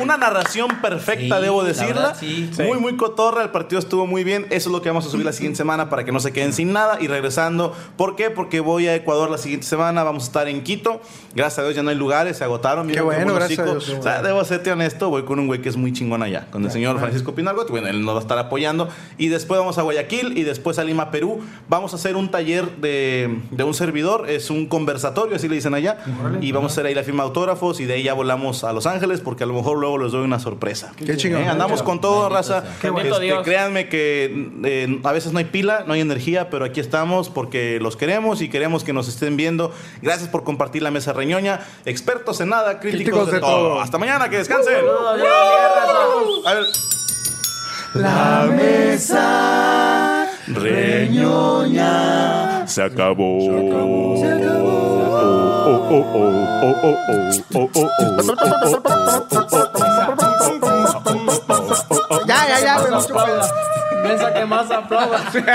Speaker 3: una narración perfecta,
Speaker 4: Sí,
Speaker 3: debo
Speaker 4: la
Speaker 3: decirla.
Speaker 4: verdad, sí.
Speaker 3: Muy, muy cotorra. El partido estuvo muy bien. Eso es lo que vamos a subir la siguiente semana para que no se queden sin nada. Y regresando, ¿por qué? Porque voy a Ecuador la siguiente semana. Vamos a estar en Quito. Gracias a Dios ya no hay lugares, se agotaron. Miren
Speaker 8: bueno,
Speaker 3: buenos
Speaker 8: gracias a
Speaker 3: chicos.
Speaker 8: Dios.
Speaker 3: O sea, debo serte honesto, voy con un güey que es muy chingón allá, con el señor Francisco Pinargot. Bueno, él nos va a estar apoyando. Y después vamos a Guayaquil y después a Lima, Perú. Vamos a hacer un taller de, de un servidor, es un conversatorio, así le dicen allá. Y vamos a hacer ahí la firma de autógrafos y de ahí ya volamos a Los Ángeles porque a lo mejor luego les doy una sorpresa.
Speaker 8: Qué chingón.
Speaker 3: Eh, Andamos con todo, raza.
Speaker 7: Qué bueno.
Speaker 3: Este,
Speaker 7: Bendito Dios.
Speaker 3: créanme que eh, a veces no hay pila, no hay energía, pero aquí estamos porque los queremos y queremos que nos estén viendo. Gracias por compartir la mesa reñoña. Expertos en nada, críticos,
Speaker 8: Críticos
Speaker 3: de,
Speaker 8: de
Speaker 3: todo.
Speaker 8: todo.
Speaker 3: Hasta mañana, que descansen. A ver. La mesa reñoña se acabó. Se acabó.
Speaker 8: Ya, ya, ya, güey. mucho pedo.
Speaker 4: Piensa que más aplaudas.
Speaker 3: Pues,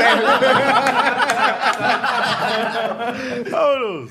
Speaker 3: eh. Vámonos.